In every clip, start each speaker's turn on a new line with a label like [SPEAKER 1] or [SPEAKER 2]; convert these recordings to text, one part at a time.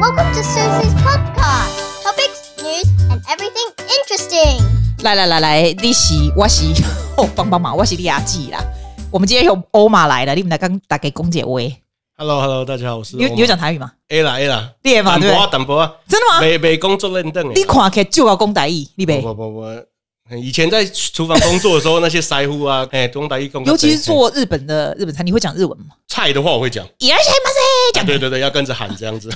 [SPEAKER 1] Welcome to Susie's podcast. Topics, news, and everything interesting.
[SPEAKER 2] 来来来来，你是我是 哦，帮帮忙，我是李亚记啦。我们今天有欧马来了，你们来刚打给龚姐喂，
[SPEAKER 3] Hello Hello，大家好，我是
[SPEAKER 2] 你有
[SPEAKER 3] 欧
[SPEAKER 2] 你有讲台语吗？
[SPEAKER 3] A 啦 A 啦，
[SPEAKER 2] 你会嘛
[SPEAKER 3] 淡薄啊
[SPEAKER 2] 对
[SPEAKER 3] 淡薄啊，
[SPEAKER 2] 真的吗？
[SPEAKER 3] 没没工作认凳
[SPEAKER 2] 你
[SPEAKER 3] 诶，
[SPEAKER 2] 看起来就要讲台语，你呗，
[SPEAKER 3] 不不不，以前在厨房工作的时候，那些腮乎啊， 哎，东打一工，
[SPEAKER 2] 尤其是
[SPEAKER 3] 哎
[SPEAKER 2] 做日本的日本菜，你会讲日文 吗？
[SPEAKER 3] 菜的话，我 会讲，
[SPEAKER 2] いらっしゃいませ讲
[SPEAKER 3] 对对对，要跟着喊这样 子。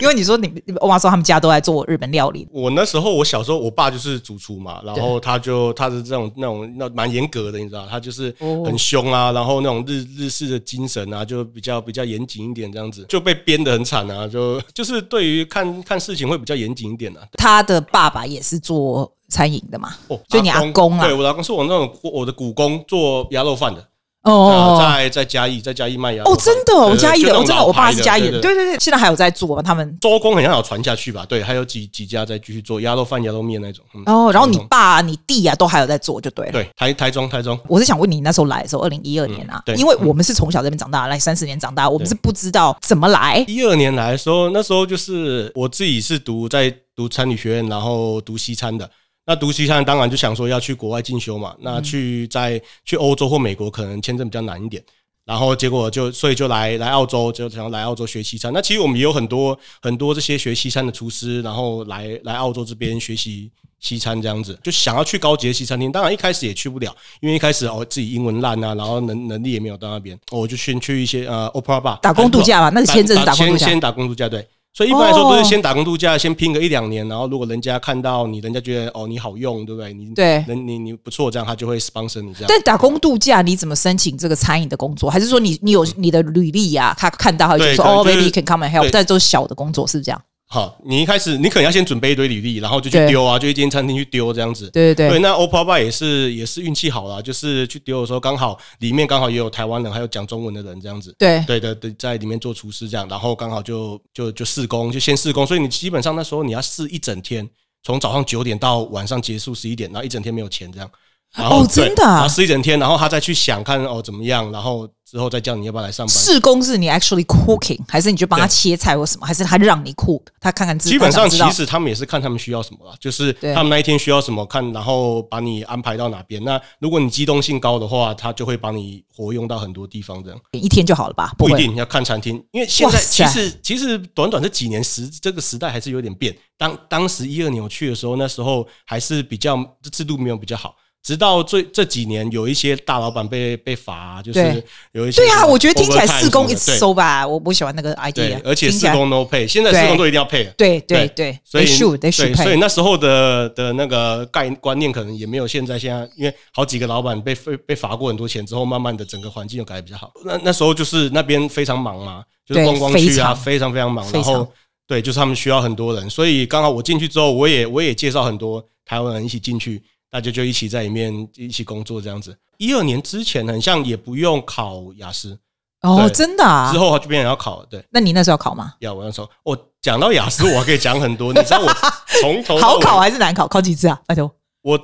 [SPEAKER 2] 因为你说你你欧妈说他们家都在做日本料理，
[SPEAKER 3] 我那时候，我小时候，我爸就是主厨嘛，然后他就他是这种那种那蛮严格的，你知道，他就是
[SPEAKER 2] 哦
[SPEAKER 3] 很凶啊，然后那种日日式的精神啊，就比较比较严谨一点，这样子就被编得很惨啊，就就是对于看看事情会比较严谨一点啊。
[SPEAKER 2] 他的爸爸也是做餐饮的嘛，
[SPEAKER 3] 哦
[SPEAKER 2] 就你阿公啊
[SPEAKER 3] 对我老公是我那种我的股公做鸭肉饭的，哦，
[SPEAKER 2] 哦。
[SPEAKER 3] 在在嘉义，在嘉义卖鸭肉
[SPEAKER 2] 哦，
[SPEAKER 3] 饭。
[SPEAKER 2] 真的哦，
[SPEAKER 3] 对
[SPEAKER 2] 我
[SPEAKER 3] 对
[SPEAKER 2] 嘉义
[SPEAKER 3] 就
[SPEAKER 2] 的，
[SPEAKER 3] 那
[SPEAKER 2] 我
[SPEAKER 3] 种
[SPEAKER 2] 真的，
[SPEAKER 3] 老
[SPEAKER 2] 我爸
[SPEAKER 3] 牌
[SPEAKER 2] 是嘉义人，对。
[SPEAKER 3] 对
[SPEAKER 2] 对对，现在还有在做嘛，他们
[SPEAKER 3] 周公很像有传下去吧？对，还有几几家在继续做鸭肉饭、鸭肉面那种。嗯
[SPEAKER 2] 哦，然后你
[SPEAKER 3] 传统
[SPEAKER 2] 爸、你弟啊，都还有在做，就对了。
[SPEAKER 3] 对台台中台中，
[SPEAKER 2] 我是想问你，那时候来的时候，二零一二年啊
[SPEAKER 3] 嗯，对
[SPEAKER 2] 因为我们是从小这边长大，来三十年长大，我们是不知道怎么来。
[SPEAKER 3] 一二年来的时候，那时候就是我自己是读在读餐旅学院，然后读西餐的。那读西餐当然就想说要去国外进修嘛，那去在去欧洲或美国可能签证比较难一点。然后结果就所以就来来澳洲，就想要来澳洲学西餐。那其实我们也有很多很多这些学西餐的厨师，然后来来澳洲这边学习西餐这样子，就想要去高级的西餐厅。当然一开始也去不了，因为一开始哦自己英文烂啊，然后能能力也没有到那边，哦我就先去一些呃 opera bar
[SPEAKER 2] 打工度假嘛那个签证是打工度假
[SPEAKER 3] 先先打工度假对。所以一般来说都
[SPEAKER 2] 哦
[SPEAKER 3] 是先打工度假，先拼个一两年，然后如果人家看到你，人家觉得哦你好用，对不对？你
[SPEAKER 2] 对
[SPEAKER 3] 人你你不错，这样他就会 sponsor 你这样。
[SPEAKER 2] 但打工度假你怎么申请这个餐饮的工作？还是说你你有你的履历啊？他看到他就
[SPEAKER 3] 对
[SPEAKER 2] 说
[SPEAKER 3] 可能
[SPEAKER 2] 哦
[SPEAKER 3] 就是
[SPEAKER 2] ，baby you can come and help，
[SPEAKER 3] 对
[SPEAKER 2] 但都是小的工作，是不是这样？
[SPEAKER 3] 好，你一开始你可能要先准备一堆履历，然后就
[SPEAKER 2] 对
[SPEAKER 3] 去丢啊，就一间餐厅去丢这样子。
[SPEAKER 2] 对对对，
[SPEAKER 3] 那 OPPO 爸也是也是运气好啦，就是去丢的时候刚好里面刚好也有台湾人，还有讲中文的人这样子。
[SPEAKER 2] 对
[SPEAKER 3] 对对对，在里面做厨师这样，然后刚好就就就试工，就先试工，所以你基本上那时候你要试一整天，从早上九点到晚上结束十一点，然后一整天没有钱这样。然后
[SPEAKER 2] 哦
[SPEAKER 3] 对
[SPEAKER 2] 真的啊
[SPEAKER 3] 然后试一整天，然后他再去想看哦怎么样，然后之后再叫你要不要来上班。
[SPEAKER 2] 试工是你 actually cooking，还是你就帮他
[SPEAKER 3] 对
[SPEAKER 2] 切菜或什么？还是他让你 cook，他看看自己
[SPEAKER 3] 基本上
[SPEAKER 2] 知道
[SPEAKER 3] 其实他们也是看他们需要什么啦，就是
[SPEAKER 2] 对
[SPEAKER 3] 他们那一天需要什么看，然后把你安排到哪边。那如果你机动性高的话，他就会把你活用到很多地方，这样
[SPEAKER 2] 一天就好了吧？
[SPEAKER 3] 不一
[SPEAKER 2] 会
[SPEAKER 3] 定要看餐厅，因为现
[SPEAKER 2] 哇
[SPEAKER 3] 在
[SPEAKER 2] 塞
[SPEAKER 3] 其实其实短短这几年时这个时代还是有点变。当当时一二年我去的时候，那时候还是比较制度没有比较好。直到最这几年，有一些大老板被被罚、啊就是
[SPEAKER 2] 对
[SPEAKER 3] 有一些
[SPEAKER 2] 对啊，我觉得听起来
[SPEAKER 3] overtime
[SPEAKER 2] 试工
[SPEAKER 3] 什么的
[SPEAKER 2] it's
[SPEAKER 3] 对
[SPEAKER 2] so bad，我不喜欢那个
[SPEAKER 3] 对
[SPEAKER 2] idea，，
[SPEAKER 3] 而且
[SPEAKER 2] 啊听
[SPEAKER 3] 施
[SPEAKER 2] 起来
[SPEAKER 3] 工 no pay，现在
[SPEAKER 2] 对
[SPEAKER 3] 施工都一定要啊 pay 了。
[SPEAKER 2] 对对对，
[SPEAKER 3] 所以
[SPEAKER 2] they should they
[SPEAKER 3] 对
[SPEAKER 2] should
[SPEAKER 3] 所以
[SPEAKER 2] pay，
[SPEAKER 3] 那时候的的那个概观念可能也没有现在现在，因为好几个老板被被被罚过很多钱之后，慢慢的整个环境又改得比较好。那那时候就是那边非常忙嘛，就是
[SPEAKER 2] 对
[SPEAKER 3] 观光区啊，
[SPEAKER 2] 非
[SPEAKER 3] 非常非常忙，
[SPEAKER 2] 非
[SPEAKER 3] 然
[SPEAKER 2] 常
[SPEAKER 3] 后对，就是他们需要很多人，所以刚好我进去之后，我也我也介绍很多台湾人一起进去，大家就一起在里面一起工作这样子。一二年之前，很像也不用考雅思，
[SPEAKER 2] 哦，
[SPEAKER 3] 对
[SPEAKER 2] 真的啊
[SPEAKER 3] 之。后就变成要考了，对。
[SPEAKER 2] 那你那时候要考吗？
[SPEAKER 3] 要我要说，我、哦讲到雅思，我还可以讲很多。你知道哦我从头到
[SPEAKER 2] 好
[SPEAKER 3] 尾
[SPEAKER 2] 考还是难考？考几次啊？拜托，
[SPEAKER 3] 我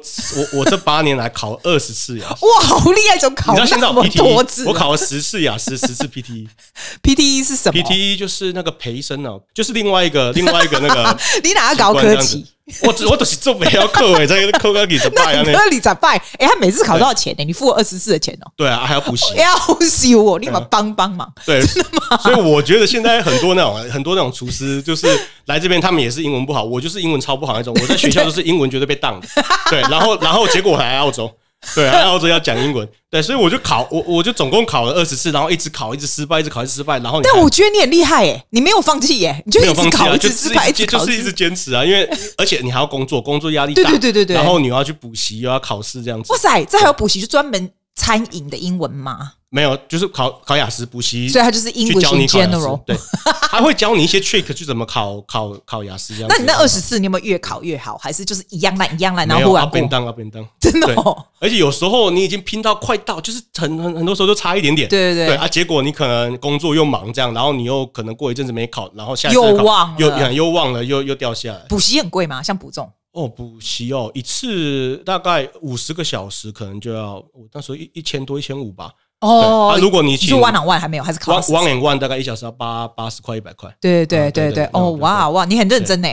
[SPEAKER 3] 我我这八年来考二十次雅思，
[SPEAKER 2] 哇，好厉害！怎么 考
[SPEAKER 3] 你知道现在
[SPEAKER 2] 那
[SPEAKER 3] 我
[SPEAKER 2] 么多
[SPEAKER 3] PTE，
[SPEAKER 2] 次？
[SPEAKER 3] E？我考了十次雅思，十次 E PTE，PTE
[SPEAKER 2] PTE E 是什么
[SPEAKER 3] E，就是那个培生哦，就是另外一个另外一个 那个
[SPEAKER 2] 你哪个搞
[SPEAKER 3] 习
[SPEAKER 2] 科
[SPEAKER 3] 惯这样
[SPEAKER 2] 技
[SPEAKER 3] 子？我只我都是做不了课诶，这个课到底怎么 办啊？
[SPEAKER 2] 科你咋办？哎，他每次考多少钱呢？你付我二十四的钱哦，
[SPEAKER 3] 对啊，还要补习。
[SPEAKER 2] 要修我，你们帮帮忙。
[SPEAKER 3] 对，所以我觉得现在很多那种很多那种厨师，就是来这边他们也是英文不好，我就是英文超不好那种。我在学校就是英文绝对被 当的，对，然后然后结果我还来澳洲，对，来澳洲要讲英文，对，所以我就考我我就总共考了二十次，然后一直考一直失败，一直考一直失败，然后你
[SPEAKER 2] 但
[SPEAKER 3] 还
[SPEAKER 2] 我觉得你很厉害耶，你没有放弃耶，你就
[SPEAKER 3] 没
[SPEAKER 2] 一
[SPEAKER 3] 有
[SPEAKER 2] 直
[SPEAKER 3] 放弃
[SPEAKER 2] 考，
[SPEAKER 3] 啊，
[SPEAKER 2] 一
[SPEAKER 3] 就
[SPEAKER 2] 直
[SPEAKER 3] 是
[SPEAKER 2] 失败，
[SPEAKER 3] 一直
[SPEAKER 2] 考，
[SPEAKER 3] 就是一直。坚持 啊，因为而且你还要工作，工作压力大，
[SPEAKER 2] 对对对对对
[SPEAKER 3] 然后你又要去补习，又要考试这样子
[SPEAKER 2] 哇，塞，这还有补习，就专门餐饮的英文嘛，
[SPEAKER 3] 没有就是考考雅思补习，
[SPEAKER 2] 所以它就是
[SPEAKER 3] 去
[SPEAKER 2] English
[SPEAKER 3] 教你
[SPEAKER 2] in
[SPEAKER 3] 考雅思
[SPEAKER 2] general。
[SPEAKER 3] 对， 还会教你一些 trick 去怎么考考考雅思这样子。
[SPEAKER 2] 那你那二十四，你有没有越考越好，还是就是一样烂一样烂，然
[SPEAKER 3] 没
[SPEAKER 2] 后忽
[SPEAKER 3] 有啊
[SPEAKER 2] 然
[SPEAKER 3] 便
[SPEAKER 2] 过？
[SPEAKER 3] 当啊便当，
[SPEAKER 2] 真的
[SPEAKER 3] 对
[SPEAKER 2] 哦，
[SPEAKER 3] 而且有时候你已经拼到快到，就是很很很多时候就差一点点。
[SPEAKER 2] 对对对
[SPEAKER 3] 对啊，结果你可能工作又忙这样，然后你又可能过一阵子没考，然后下一次
[SPEAKER 2] 又
[SPEAKER 3] 考
[SPEAKER 2] 忘了
[SPEAKER 3] 又又忘了，又又掉下来。
[SPEAKER 2] 补习很贵吗？像补种？
[SPEAKER 3] 哦，补习哦，一次大概五十个小时，可能就要我那时候一一千多一千五吧。
[SPEAKER 2] 哦
[SPEAKER 3] 对啊，如果你
[SPEAKER 2] 你
[SPEAKER 3] 请
[SPEAKER 2] 说 one on one 还没有，还是
[SPEAKER 3] one
[SPEAKER 2] class？
[SPEAKER 3] one and one 大概一小时要八八十块一百块，
[SPEAKER 2] 对对对
[SPEAKER 3] 啊对
[SPEAKER 2] 对
[SPEAKER 3] 对，
[SPEAKER 2] 哦
[SPEAKER 3] 对
[SPEAKER 2] 哇哇，你很认真呢，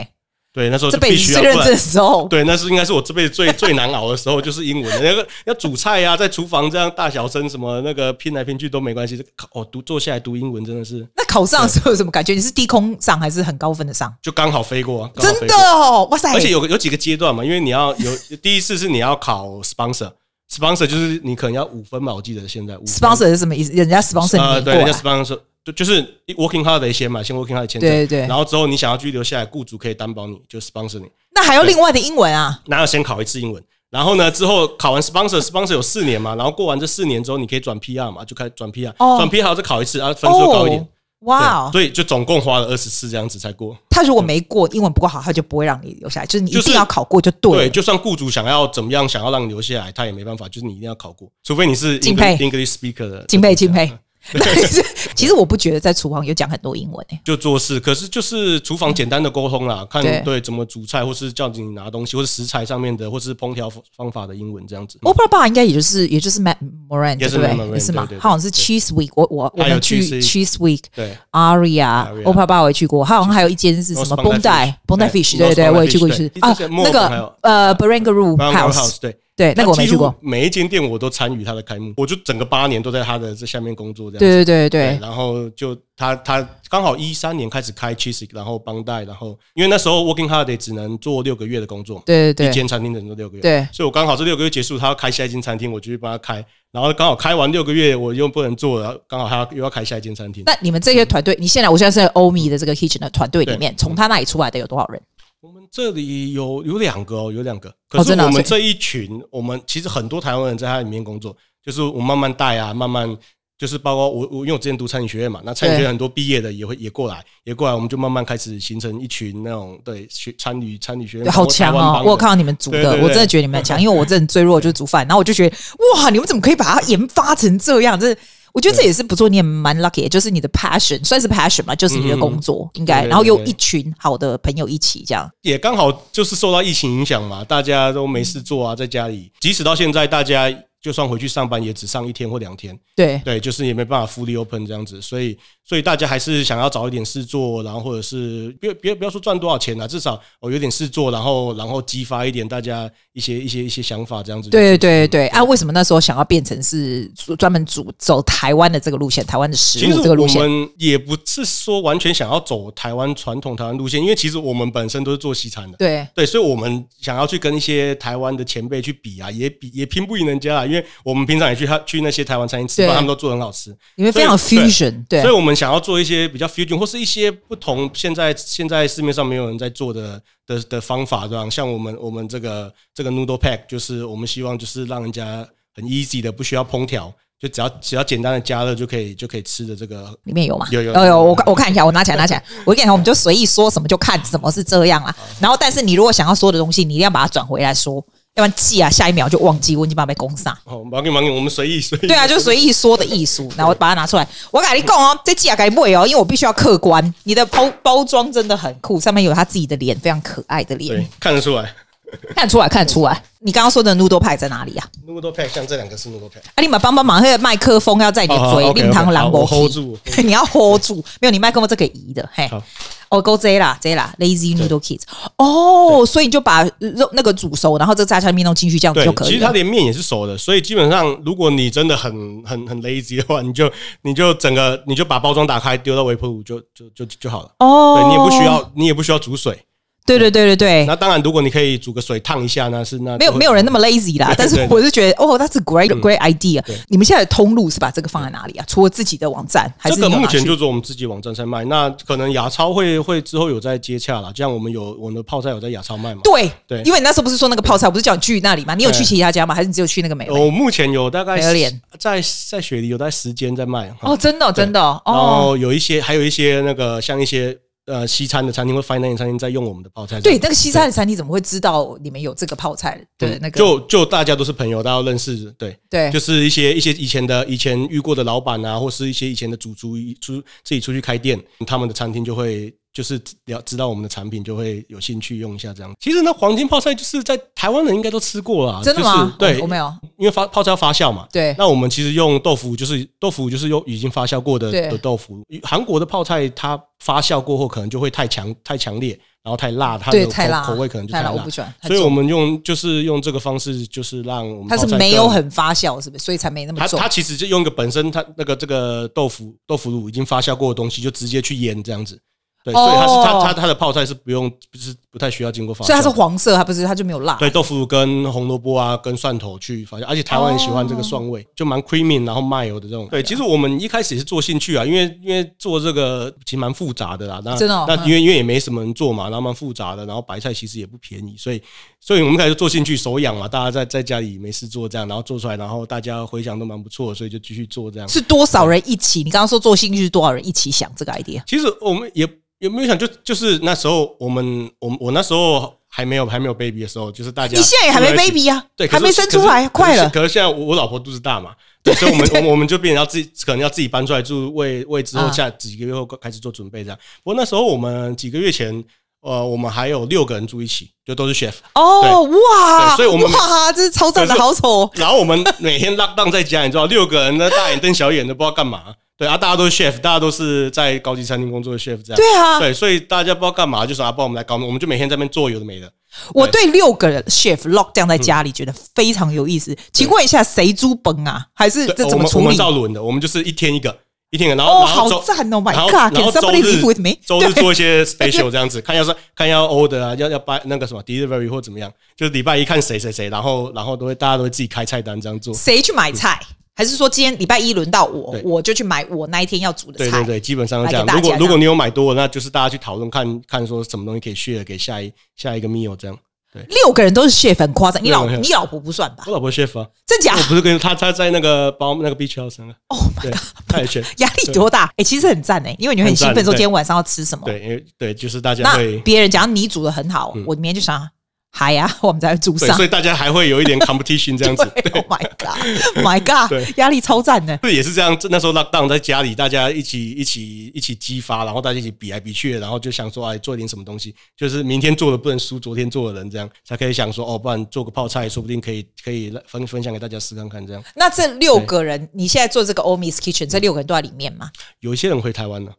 [SPEAKER 3] 对，那时候
[SPEAKER 2] 这
[SPEAKER 3] 就
[SPEAKER 2] 辈
[SPEAKER 3] 必
[SPEAKER 2] 子
[SPEAKER 3] 须
[SPEAKER 2] 最
[SPEAKER 3] 要
[SPEAKER 2] 认
[SPEAKER 3] 不
[SPEAKER 2] 真
[SPEAKER 3] 然
[SPEAKER 2] 的时候，
[SPEAKER 3] 对，那是应该是我这辈子最最难熬的时候，就是英文的那个要煮菜啊呀、在厨房这样大小声什么那个拼来拼去都没关系。这个哦，读坐下来读英文真的是
[SPEAKER 2] 那考上的时候有什么感觉？你是低空上还是很高分的上？
[SPEAKER 3] 就刚好飞过、啊，刚好
[SPEAKER 2] 真
[SPEAKER 3] 飞
[SPEAKER 2] 的
[SPEAKER 3] 过
[SPEAKER 2] 哦，哇塞！
[SPEAKER 3] 而且有个有几个阶段嘛，因为你要有第一次是你要考 sponsor。sponsor 就是你可能要五分吧，我记得现在五分
[SPEAKER 2] sponsor 是什么意思？人家 sponsor
[SPEAKER 3] 呃，
[SPEAKER 2] 你
[SPEAKER 3] 对，
[SPEAKER 2] 过来，
[SPEAKER 3] 人家 sponsor 就就是 working holiday 先嘛，先 working holiday 签证，
[SPEAKER 2] 对对
[SPEAKER 3] 然后之后你想要继续留下来，雇主可以担保你，就 sponsor 你，
[SPEAKER 2] 那还要另外的英文啊？
[SPEAKER 3] 然后先考一次英文，然后呢之后考完 sponsor，sponsor 有四年嘛，然后过完这四年之后，你可以转 PR 嘛，就开始转 PR，
[SPEAKER 2] 哦
[SPEAKER 3] 转 PR 再考一次啊，分数高一点
[SPEAKER 2] 哦，，哇
[SPEAKER 3] 对
[SPEAKER 2] 哦！
[SPEAKER 3] 所以就总共花了二十次这样子才过。
[SPEAKER 2] 他如果没过，英文不够好，他就不会让你留下来，就是你一
[SPEAKER 3] 就是
[SPEAKER 2] 定要考过就对
[SPEAKER 3] 对，
[SPEAKER 2] 了。
[SPEAKER 3] 就算雇主想要怎么样，想要让你留下来，他也没办法，就是你一定要考过，除非你是
[SPEAKER 2] 敬佩
[SPEAKER 3] English English speaker 的
[SPEAKER 2] 敬佩敬佩。但是啊其实我不觉得在厨房有讲很多英文欸诶、
[SPEAKER 3] 就做事，可是就是厨房简单的沟通
[SPEAKER 2] 嗯
[SPEAKER 3] 啦，看
[SPEAKER 2] 对
[SPEAKER 3] 对怎么煮菜，或是叫你拿东西，或是食材上面的，或是烹调方法的英文这样子。
[SPEAKER 2] o p e r Bar 应该也就是也就是 Matt Moran
[SPEAKER 3] 也
[SPEAKER 2] 对
[SPEAKER 3] 是
[SPEAKER 2] 不对
[SPEAKER 3] Matt Moran，？
[SPEAKER 2] 也是嘛
[SPEAKER 3] 对对，对
[SPEAKER 2] 他好像是 Cheese Week，我我我
[SPEAKER 3] 还有
[SPEAKER 2] 们去
[SPEAKER 3] Cheese
[SPEAKER 2] Cheese Week。
[SPEAKER 3] 对
[SPEAKER 2] Aria、
[SPEAKER 3] Aria
[SPEAKER 2] Opera Bar 我也去过，还有还有一间是什么
[SPEAKER 3] North Bondi
[SPEAKER 2] 绷带
[SPEAKER 3] Fish，哎
[SPEAKER 2] 绷带
[SPEAKER 3] 对
[SPEAKER 2] Fish，对对对，
[SPEAKER 3] North Bondi
[SPEAKER 2] 我也去过一
[SPEAKER 3] Fish，
[SPEAKER 2] 次
[SPEAKER 3] 对
[SPEAKER 2] 啊
[SPEAKER 3] 这些，墨
[SPEAKER 2] 那
[SPEAKER 3] 尔本还
[SPEAKER 2] 个
[SPEAKER 3] 有
[SPEAKER 2] 呃 b e r e n g a r o o
[SPEAKER 3] b r o w n
[SPEAKER 2] House，
[SPEAKER 3] House 哦对。
[SPEAKER 2] 对，那个我
[SPEAKER 3] 他
[SPEAKER 2] 没
[SPEAKER 3] 几
[SPEAKER 2] 去
[SPEAKER 3] 乎
[SPEAKER 2] 过，
[SPEAKER 3] 每一间店我都参与他的开幕，我就整个八年都在他的这下面工作这样子。
[SPEAKER 2] 对对对对，
[SPEAKER 3] 然后就他他刚好一三年开始开 Cheese，然后帮带，然后因为那时候 Working Holiday 只能做六个月的工作嘛，
[SPEAKER 2] 对
[SPEAKER 3] 一
[SPEAKER 2] 对对
[SPEAKER 3] 间餐厅只能做六个月，
[SPEAKER 2] 对
[SPEAKER 3] 所以我刚好这六个月结束，他要开下一间餐厅，我就去帮他开，然后刚好开完六个月，我又不能做了，然后刚好他又要开下一间餐厅，
[SPEAKER 2] 那你们这些团队，你现在我现在是在欧米的这个 kitchen 的团队里面，
[SPEAKER 3] 对
[SPEAKER 2] 从他那里出来的有多少人？
[SPEAKER 3] 我们这里有有两个哦，有两个。可是
[SPEAKER 2] 真的啊
[SPEAKER 3] 我们
[SPEAKER 2] 所
[SPEAKER 3] 这一群，我们其实很多台湾人在它里面工作，就是我慢慢带啊，慢慢就是包括我我因为我之前读餐饮学院嘛，那餐饮学院很多毕业的也会也过来，也过来，我们就慢慢开始形成一群那种对学参与参与学院
[SPEAKER 2] 好强哦！我有看到你们组的，
[SPEAKER 3] 对对对
[SPEAKER 2] 我真的觉得你们很强，因为我真的最弱就是煮饭，然后我就觉得哇，你们怎么可以把它研发成这样？这我觉得这也是不错，你也蛮 lucky，的就是你的 passion 算是 passion 嘛，就是你的工作、应该，
[SPEAKER 3] 嗯对对
[SPEAKER 2] 然后又
[SPEAKER 3] 对
[SPEAKER 2] 一群好的朋友一起这样，
[SPEAKER 3] 也刚好就是受到疫情影响嘛，大家都没事做啊，在家里，即使到现在大家。就算回去上班，也只上一天或两天，
[SPEAKER 2] 对
[SPEAKER 3] 对，就是也没办法 fully open 这样子，所以所以大家还是想要找一点事做，然后或者是别别不要说赚多少钱啦，至少哦我有点事做，然后然后激发一点大家一些一些一些想法这样子。
[SPEAKER 2] 对对对啊！为什么那时候想要变成是做专门煮走台湾的这个路线，台湾的食
[SPEAKER 3] 其实
[SPEAKER 2] 物这个
[SPEAKER 3] 我
[SPEAKER 2] 路线？
[SPEAKER 3] 们也不是说完全想要走台湾传统台湾路线，因为其实我们本身都是做西餐的。
[SPEAKER 2] 对
[SPEAKER 3] 对，所以我们想要去跟一些台湾的前辈去比啊，也比也拼不赢人家啊，因为我们平常也去他去那些台湾餐厅吃
[SPEAKER 2] 对
[SPEAKER 3] 饭，他们都做得很好吃。
[SPEAKER 2] 你们非常
[SPEAKER 3] 所以对
[SPEAKER 2] fusion，对
[SPEAKER 3] 所以我们想要做一些比较 fusion 或是一些不同，现在现在市面上没有人在做的的的方法，对吧？像我们我们这个这个 noodle pack，就是我们希望就是让人家很 easy 的，不需要烹调，就只要只要简单的加热就可以就可以吃的这个。
[SPEAKER 2] 里面有吗？哦
[SPEAKER 3] 有有
[SPEAKER 2] 有
[SPEAKER 3] 有
[SPEAKER 2] 我看我看一下，我拿起来拿起来。我跟你讲，我们就随意说什么就看什么是这样啊。然后，但是你如果想要说的东西，你一定要把它转回来说，要不然记啊，下一秒就忘记，我已经把它被攻上。
[SPEAKER 3] 哦，忙给忙给，我们随意随意。
[SPEAKER 2] 对啊，就是随意说的艺术，然后把它拿出来。我跟你讲哦，这记啊，给不哦，因为我必须要客观。你的包包装真的很酷，上面有他自己的脸，非常可爱的
[SPEAKER 3] 对
[SPEAKER 2] 脸，，
[SPEAKER 3] 看得出来
[SPEAKER 2] 看得出来，看得出来。你刚刚说的 noodle pie 在哪里啊？
[SPEAKER 3] noodle pack，像这两个是 noodle pack。
[SPEAKER 2] 啊，你们帮帮忙，那个麦克风要在你
[SPEAKER 3] 好好
[SPEAKER 2] 嘴，
[SPEAKER 3] 哦，OK，OK，
[SPEAKER 2] 令堂
[SPEAKER 3] 好
[SPEAKER 2] 兰博
[SPEAKER 3] 我 hold 住我 hold
[SPEAKER 2] 你要 hold 住，没有你麦克风这可以移的，嘿
[SPEAKER 3] 好。
[SPEAKER 2] 哦，够 Z 啦，Z 啦，Lazy Noodle Kids。哦，所以你就把肉那个煮熟，然后这个炸酱面弄进去，这样子
[SPEAKER 3] 对
[SPEAKER 2] 哦就，可
[SPEAKER 3] 其
[SPEAKER 2] 以
[SPEAKER 3] 实它
[SPEAKER 2] 了。
[SPEAKER 3] 连面也是熟的，所以基本上如果你真的很很很 lazy 的话，你就你就整个你就把包装打开丢到微波炉就就就就好了。
[SPEAKER 2] 哦，
[SPEAKER 3] 对你也不需。要，你也不需要煮水。
[SPEAKER 2] 对对对对对，
[SPEAKER 3] 那当然，如果你可以煮个水烫一下，那是那
[SPEAKER 2] 没有没有人那么 lazy 啦。但是
[SPEAKER 3] 对对嗯
[SPEAKER 2] 我是觉得，哦，that's a great great idea
[SPEAKER 3] 对。
[SPEAKER 2] 你们现在的通路是把这个放在哪里啊？除了自己的网站，还
[SPEAKER 3] 这
[SPEAKER 2] 是
[SPEAKER 3] 个
[SPEAKER 2] 你有
[SPEAKER 3] 目
[SPEAKER 2] 拿
[SPEAKER 3] 前
[SPEAKER 2] 去
[SPEAKER 3] 就是我们自己网站在卖。那可能亚超会会之后有在接洽啦，这样我们有我们的泡菜有在亚超卖嘛？
[SPEAKER 2] 对
[SPEAKER 3] 对
[SPEAKER 2] 因为你那时候不是说那个泡菜，我不是叫你去那里吗？你有去
[SPEAKER 3] 对哦
[SPEAKER 2] 其他家吗？还是你只有去那个美味？
[SPEAKER 3] 我目前有大概
[SPEAKER 2] 没有脸
[SPEAKER 3] 在在雪梨有大概十间在卖。
[SPEAKER 2] 哦，真的哦真的哦
[SPEAKER 3] 然
[SPEAKER 2] 哦。
[SPEAKER 3] 后有一些还有一些那个像一些呃西餐的餐厅或 fine dining 餐厅在用我们的泡菜。
[SPEAKER 2] 对，那个西餐的餐厅怎么会知道你们有这个泡菜的那个？
[SPEAKER 3] 就就大家都是朋友，大家都认识，对，
[SPEAKER 2] 对
[SPEAKER 3] 就是一些一些以前的以前遇过的老板啊，或是一些以前的主厨出自己出去开店，他们的餐厅就会就是了知道我们的产品，就会有兴趣用一下这样。其实呢，黄金泡菜就是在台湾人应该都吃过啦，
[SPEAKER 2] 真的吗？
[SPEAKER 3] 就是、对，
[SPEAKER 2] 我我没有。
[SPEAKER 3] 因为发泡菜要发酵嘛。
[SPEAKER 2] 对
[SPEAKER 3] 那我们其实用豆腐，就是豆腐就是用已经发酵过的
[SPEAKER 2] 对
[SPEAKER 3] 的豆腐。韩国的泡菜它发酵过后可能就会太强太强烈，然后太辣，它
[SPEAKER 2] 对
[SPEAKER 3] 的
[SPEAKER 2] 太辣
[SPEAKER 3] 口口味可能就
[SPEAKER 2] 太
[SPEAKER 3] 太
[SPEAKER 2] 辣
[SPEAKER 3] 辣，
[SPEAKER 2] 我不喜欢太
[SPEAKER 3] 所以
[SPEAKER 2] 重
[SPEAKER 3] 我们用就是用这个方式，就是让我们
[SPEAKER 2] 它是
[SPEAKER 3] 泡菜
[SPEAKER 2] 没有
[SPEAKER 3] 更
[SPEAKER 2] 很发酵，是不是？所以才没那么
[SPEAKER 3] 它
[SPEAKER 2] 重
[SPEAKER 3] 它。其实就用一个本身它那个这个豆腐豆腐乳已经发酵过的东西，就直接去腌这样子。对，所以它是
[SPEAKER 2] 哦
[SPEAKER 3] 它它它的泡菜是不用，不是不太需要经过发酵的。
[SPEAKER 2] 所以它是黄色，它不是，它就没有辣。
[SPEAKER 3] 对豆腐乳跟红萝卜啊，跟蒜头去发酵，而且台湾人喜欢
[SPEAKER 2] 哦
[SPEAKER 3] 这个蒜味，就蛮 creamy，然后 mild 的这种。对，啊其实我们一开始也是做兴趣啊，因为因为做这个其实蛮复杂的啦。那
[SPEAKER 2] 真的哦
[SPEAKER 3] 那
[SPEAKER 2] 嗯
[SPEAKER 3] 因为因为也没什么人做嘛，然后蛮复杂的，然后白菜其实也不便宜，所以所以我们开始做兴趣，手痒嘛，大家在在家里没事做这样，然后做出来，然后大家回想都蛮不错的，所以就继续做这样。
[SPEAKER 2] 是多少人一起？你刚刚说做兴趣是多少人一起想这个 idea？
[SPEAKER 3] 其实我们也也没有想就就是那时候我们我们我那时候还没有还没有 baby 的时候，就是大家
[SPEAKER 2] 你现在也还没
[SPEAKER 3] 住在一起
[SPEAKER 2] baby 啊，
[SPEAKER 3] 对，可
[SPEAKER 2] 还
[SPEAKER 3] 是
[SPEAKER 2] 没生
[SPEAKER 3] 可是
[SPEAKER 2] 出来，
[SPEAKER 3] 可
[SPEAKER 2] 快
[SPEAKER 3] 是
[SPEAKER 2] 了。
[SPEAKER 3] 可是现在我我老婆肚子大嘛，对，所以 我们我们我们就变成要自己，可能要自己搬出来住，为为之后
[SPEAKER 2] 啊
[SPEAKER 3] 下几个月后开始做准备这样。不过那时候我们几个月前，呃，我们还有六个人住一起，就都是 chef。
[SPEAKER 2] 哦，哇！
[SPEAKER 3] 对所以我们
[SPEAKER 2] 哇，这是超赞的，
[SPEAKER 3] 可是
[SPEAKER 2] 好丑哦。
[SPEAKER 3] 然后我们每天浪荡在家，你知道，六个人那大眼瞪小眼的，不知道干嘛。对啊，大家都是 chef，大家都是在高级餐厅工作的 chef 这样。
[SPEAKER 2] 对啊，
[SPEAKER 3] 对，所以大家不知道干嘛，就说啊，帮我们来搞，我们就每天在那边做有的没的。
[SPEAKER 2] 我对六个人 chef lock down 在
[SPEAKER 3] 嗯
[SPEAKER 2] 家里觉得非常有意思。请问一下，谁租本啊？还是
[SPEAKER 3] 对，
[SPEAKER 2] 这
[SPEAKER 3] 我
[SPEAKER 2] 怎么
[SPEAKER 3] 们我
[SPEAKER 2] 处
[SPEAKER 3] 们
[SPEAKER 2] 理？
[SPEAKER 3] 照轮的，我们就是一天一个，一天一个，然后
[SPEAKER 2] 哦，
[SPEAKER 3] 然后
[SPEAKER 2] 好
[SPEAKER 3] 周
[SPEAKER 2] 赞哦，My
[SPEAKER 3] 然后然
[SPEAKER 2] God！Can
[SPEAKER 3] 后周
[SPEAKER 2] somebody
[SPEAKER 3] 日
[SPEAKER 2] live with me？
[SPEAKER 3] 周日
[SPEAKER 2] 对
[SPEAKER 3] 做一些 special 这样子，看要是看要 order 啊，要要 buy 那个什么 delivery 或怎么样，就是礼拜一看谁谁谁，然后然后都会大家都会自己开菜单这样做。
[SPEAKER 2] 谁去买菜？还是说今天礼拜一轮到我
[SPEAKER 3] 对，
[SPEAKER 2] 我就去买我那一天要煮的
[SPEAKER 3] 对对
[SPEAKER 2] 菜？
[SPEAKER 3] 对，基本上是这
[SPEAKER 2] 来
[SPEAKER 3] 样
[SPEAKER 2] 给。大
[SPEAKER 3] 如
[SPEAKER 2] 家
[SPEAKER 3] 果
[SPEAKER 2] 这
[SPEAKER 3] 如果
[SPEAKER 2] 样
[SPEAKER 3] 你有买多，那就是大家去讨论看看说什么东西可以 share 给下一下一个 meal 这样。
[SPEAKER 2] 六个人都是 chef，很夸张。你老
[SPEAKER 3] 没有没有
[SPEAKER 2] 你老婆不算吧？
[SPEAKER 3] 我老婆 chef 啊，
[SPEAKER 2] 真假
[SPEAKER 3] 我不是跟她她在那个包那个 beach house 那个，
[SPEAKER 2] ？Oh my
[SPEAKER 3] 对
[SPEAKER 2] god！，
[SPEAKER 3] 她也 chef。
[SPEAKER 2] 压力多大？哎、其实很赞哎、因为你会很兴奋
[SPEAKER 3] 很
[SPEAKER 2] 说
[SPEAKER 3] 赞
[SPEAKER 2] 今天晚上要吃什么。
[SPEAKER 3] 对，因为对，就是大家
[SPEAKER 2] 那
[SPEAKER 3] 会
[SPEAKER 2] 别人讲你煮的很好，我明天就想，嗨呀、我们再煮
[SPEAKER 3] 嗯对，
[SPEAKER 2] 上
[SPEAKER 3] 所。以大家还会有一点 competition 这样子。
[SPEAKER 2] 对，Oh my God，My
[SPEAKER 3] 对
[SPEAKER 2] God，压力超赞的。
[SPEAKER 3] 对，也是这样。这那时候 lockdown 在家里，大家一起一起一起激发，然后大家一起比来比去的，然后就想说，哎，做点什么东西，就是明天做的不能输昨天做的人，这样才可以想说，哦，不然做个泡菜，说不定可以可以分分享给大家试看看。这样
[SPEAKER 2] 那这六个人，你现在做这个 Omis Kitchen，这
[SPEAKER 3] 嗯
[SPEAKER 2] 六个人都在里面吗？
[SPEAKER 3] 有一些人回台湾了，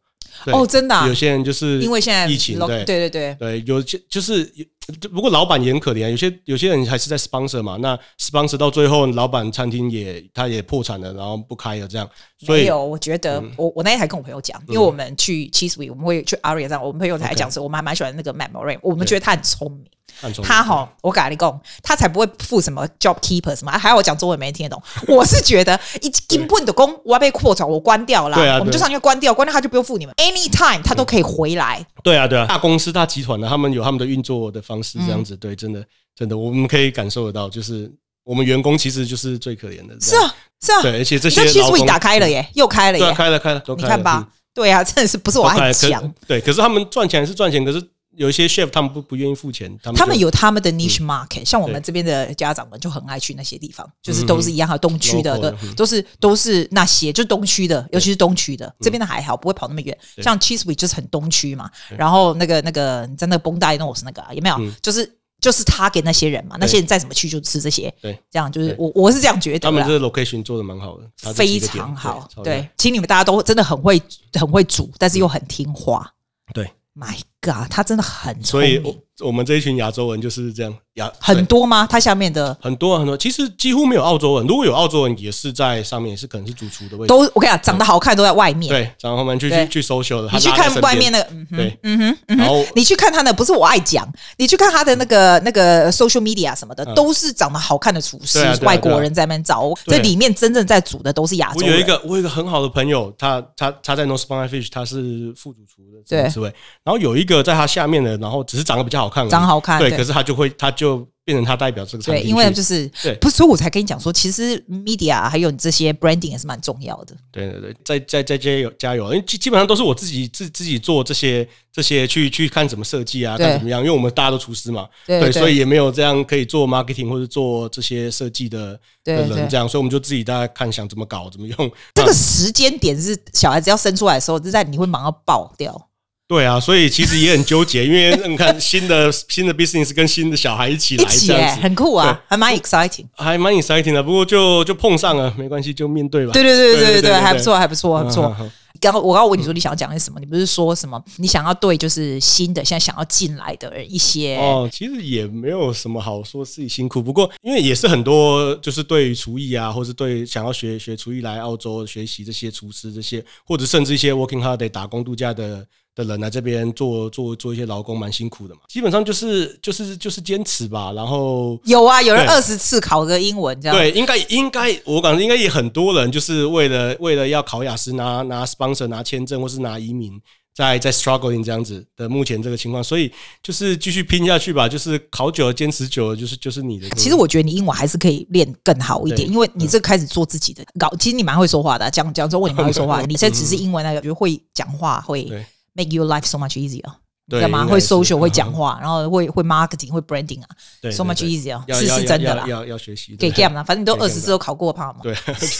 [SPEAKER 3] 对
[SPEAKER 2] 哦，真的啊、
[SPEAKER 3] 有些人就是
[SPEAKER 2] 因为现在
[SPEAKER 3] 疫情，
[SPEAKER 2] lock-
[SPEAKER 3] 对
[SPEAKER 2] 对对对，
[SPEAKER 3] 对，有些就是有，不过老板也很可怜，啊有些有些人还是在 sponsor 嘛，那 sponsor 到最后，老板餐厅也他也破产了，然后不开了这样，所
[SPEAKER 2] 没
[SPEAKER 3] 以嗯
[SPEAKER 2] 有，我觉得、我我那天还跟我朋友讲，因为我们去 Cheese Week，我们会去 Aria 这样，我们朋友才
[SPEAKER 3] OK
[SPEAKER 2] 讲说，我们还蛮喜欢那个 Matt Moran，我们觉得他很聪明。
[SPEAKER 3] 看中
[SPEAKER 2] 他哈，我跟你讲，他才不会付什么 job keeper 什么，还要我讲中文没人听得 懂。我是觉得一根本的工我要被扩展，我关掉啦，
[SPEAKER 3] 对啊
[SPEAKER 2] 我们
[SPEAKER 3] 对
[SPEAKER 2] 就上去关掉，关掉他就不用付你们，anytime 他都可以回来。
[SPEAKER 3] 对啊，对嗯啊，大公司、大集团呢，他们有他们的运作的方式，这样子，对，真的，真的，我们可以感受得到，就是我们员工其实就是最可怜的，
[SPEAKER 2] 是
[SPEAKER 3] 这样，
[SPEAKER 2] 啊，是啊，
[SPEAKER 3] 嗯对，而且这
[SPEAKER 2] 你
[SPEAKER 3] 些
[SPEAKER 2] 看 cheese
[SPEAKER 3] 劳工
[SPEAKER 2] week 打开了耶，又开了
[SPEAKER 3] 对啊，
[SPEAKER 2] 耶，
[SPEAKER 3] 开了，开了，都
[SPEAKER 2] 你
[SPEAKER 3] 开了，
[SPEAKER 2] 看吧
[SPEAKER 3] 嗯，，
[SPEAKER 2] 对啊，真的是不是我
[SPEAKER 3] 都
[SPEAKER 2] 很
[SPEAKER 3] 开了，嗯哎
[SPEAKER 2] 强
[SPEAKER 3] 可，对，可是他们赚钱是赚钱，可是有一些 chef 他们不不愿意付钱，他们
[SPEAKER 2] 他们
[SPEAKER 3] 就嗯
[SPEAKER 2] 有他们的 niche market，、像我们这边的家长们就很爱去那些地方，就是都是一样的，东区的，
[SPEAKER 3] Local
[SPEAKER 2] 对
[SPEAKER 3] 的嗯
[SPEAKER 2] 都是都是那些，就东区的，尤其是东区的，这边的还好，不会跑那么远。像 Cheese Week 就是很东区嘛，然后那个那个你在那个绷带那我是那个、啊、有没有？
[SPEAKER 3] 嗯
[SPEAKER 2] 就是。就是他给那些人嘛，那些人在什么区就吃这些，
[SPEAKER 3] 对，
[SPEAKER 2] 这样就是
[SPEAKER 3] 对
[SPEAKER 2] 我我是这样觉得
[SPEAKER 3] 他们
[SPEAKER 2] 啦
[SPEAKER 3] 这个 location 做的蛮好的，它这
[SPEAKER 2] 非
[SPEAKER 3] 几个点
[SPEAKER 2] 常好，
[SPEAKER 3] 超厉害
[SPEAKER 2] 对，请你们大家都真的很会很会煮，但是又很听话。
[SPEAKER 3] 对，
[SPEAKER 2] My God，他真的很聪
[SPEAKER 3] 所以
[SPEAKER 2] 明，
[SPEAKER 3] 我我们这一群亚洲人就是这样，亚
[SPEAKER 2] 很
[SPEAKER 3] 对
[SPEAKER 2] 多吗？他下面的
[SPEAKER 3] 很多啊很多，其实几乎没有澳洲人，如果有澳洲人，也是在上面，也是可能是主厨的位置
[SPEAKER 2] 都，我跟你讲，长得好看都在外面。
[SPEAKER 3] 对，然后他们去
[SPEAKER 2] 对
[SPEAKER 3] 去去 social 的，他
[SPEAKER 2] 你去
[SPEAKER 3] 拉在
[SPEAKER 2] 看
[SPEAKER 3] 身
[SPEAKER 2] 外
[SPEAKER 3] 边
[SPEAKER 2] 面那个，嗯哼，啊
[SPEAKER 3] 对，嗯哼，然后
[SPEAKER 2] 你去看他的，不是我爱讲，你去看他的那个那个 social media 什么的，都是长得好看的厨师
[SPEAKER 3] 嗯对啊对啊，对啊
[SPEAKER 2] 外国人在那边找，
[SPEAKER 3] 对
[SPEAKER 2] 这里面真正在煮的都是亚洲
[SPEAKER 3] 我
[SPEAKER 2] 人。
[SPEAKER 3] 有一个我有一个很好的朋友，他他他在 No s p o n s Fish，他是副主厨的
[SPEAKER 2] 对
[SPEAKER 3] 职位，然后有一个在他下面的，然后只是长得比较好看而已，
[SPEAKER 2] 长好看
[SPEAKER 3] 对，
[SPEAKER 2] 对
[SPEAKER 3] 可是他就会他就变成他代表这个产
[SPEAKER 2] 对，
[SPEAKER 3] 品去，
[SPEAKER 2] 因为就是
[SPEAKER 3] 对
[SPEAKER 2] 不是，所以我才跟你讲说，其实 media 啊还有你这些 branding 也是蛮重要的。
[SPEAKER 3] 对对对，在在在加油加油，因为基基本上都是我自己自自己做这些这些去去看怎么设计啊，
[SPEAKER 2] 对
[SPEAKER 3] 看怎么样，因为我们大家都厨师嘛，
[SPEAKER 2] 对对
[SPEAKER 3] 所以也没有这样可以做 marketing 或者做这些设计的
[SPEAKER 2] 对
[SPEAKER 3] 的
[SPEAKER 2] 对
[SPEAKER 3] 人这样，所以我们就自己大家看想怎么搞怎么用，
[SPEAKER 2] 这个时间点是小孩子要生出来的时候，是在你会忙到爆掉。
[SPEAKER 3] 对啊，所以其实也很纠结，因为你看新的新的 business 跟新的小孩一起
[SPEAKER 2] 一
[SPEAKER 3] 来
[SPEAKER 2] 起
[SPEAKER 3] 这
[SPEAKER 2] 耶，
[SPEAKER 3] 样子，
[SPEAKER 2] 很酷啊，还蛮 exciting。
[SPEAKER 3] 还蛮 exciting 的。不过就就碰上了，没关系，就面对吧。
[SPEAKER 2] 对对对对对
[SPEAKER 3] 对
[SPEAKER 2] 对，还不错，还不错，还不
[SPEAKER 3] 嗯
[SPEAKER 2] 错
[SPEAKER 3] 嗯嗯。
[SPEAKER 2] 刚刚我刚刚问你说你想要讲的是什么？你不是说什么？你想要对就是新的现在想要进来的人一些
[SPEAKER 3] 哦，其实也没有什么好说自己辛苦，不过因为也是很多，就是对于厨艺啊，或是对想要学学厨艺来澳洲学习这些厨师这些，或者甚至一些 working holiday 打工度假的的人来啊这边做做做一些劳工，蛮辛苦的嘛。基本上就是就是就是坚持吧，然后
[SPEAKER 2] 有啊，有人
[SPEAKER 3] 对
[SPEAKER 2] 二十次考个英文这样。
[SPEAKER 3] 对，应该应该，我感觉应该也很多人就是为了为了要考雅思拿拿 sponsor 拿签证或是拿移民，在在 struggling 这样子的目前这个情况，所以就是继续拼下去吧，就是考久了坚持久了，就是就是你的。
[SPEAKER 2] 其实我觉得你英文还是可以练更好一点，
[SPEAKER 3] 对
[SPEAKER 2] 因为你这开始做自己的搞，其实你蛮会说话的啊、讲讲中文你蛮会说话，你这只是英文那个，比如会讲话会
[SPEAKER 3] 嗯对
[SPEAKER 2] make your life so much easier。
[SPEAKER 3] 对
[SPEAKER 2] 干嘛
[SPEAKER 3] 应
[SPEAKER 2] 会
[SPEAKER 3] 该是
[SPEAKER 2] social 会
[SPEAKER 3] 嗯
[SPEAKER 2] 讲话，然后会会 marketing 会 branding 啊
[SPEAKER 3] 对
[SPEAKER 2] ，so
[SPEAKER 3] 对
[SPEAKER 2] much
[SPEAKER 3] 对
[SPEAKER 2] easier，
[SPEAKER 3] 要
[SPEAKER 2] 是
[SPEAKER 3] 要
[SPEAKER 2] 是真的
[SPEAKER 3] 要
[SPEAKER 2] 啦。
[SPEAKER 3] 要要学习
[SPEAKER 2] 给 game 啦，反正你都
[SPEAKER 3] 给 game
[SPEAKER 2] 二十次都考过怕嘛。
[SPEAKER 3] 对，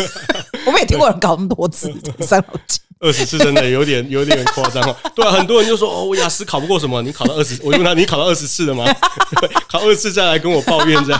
[SPEAKER 2] 我们也听过人搞那么多次， 三老几。
[SPEAKER 3] 二十次真的有点有点夸张哦。对啊，很 多人就说哦，我雅思考不过什么，你考到二十，我就问他你考到二十次了吗？ 对考二十次再来跟我抱怨这样。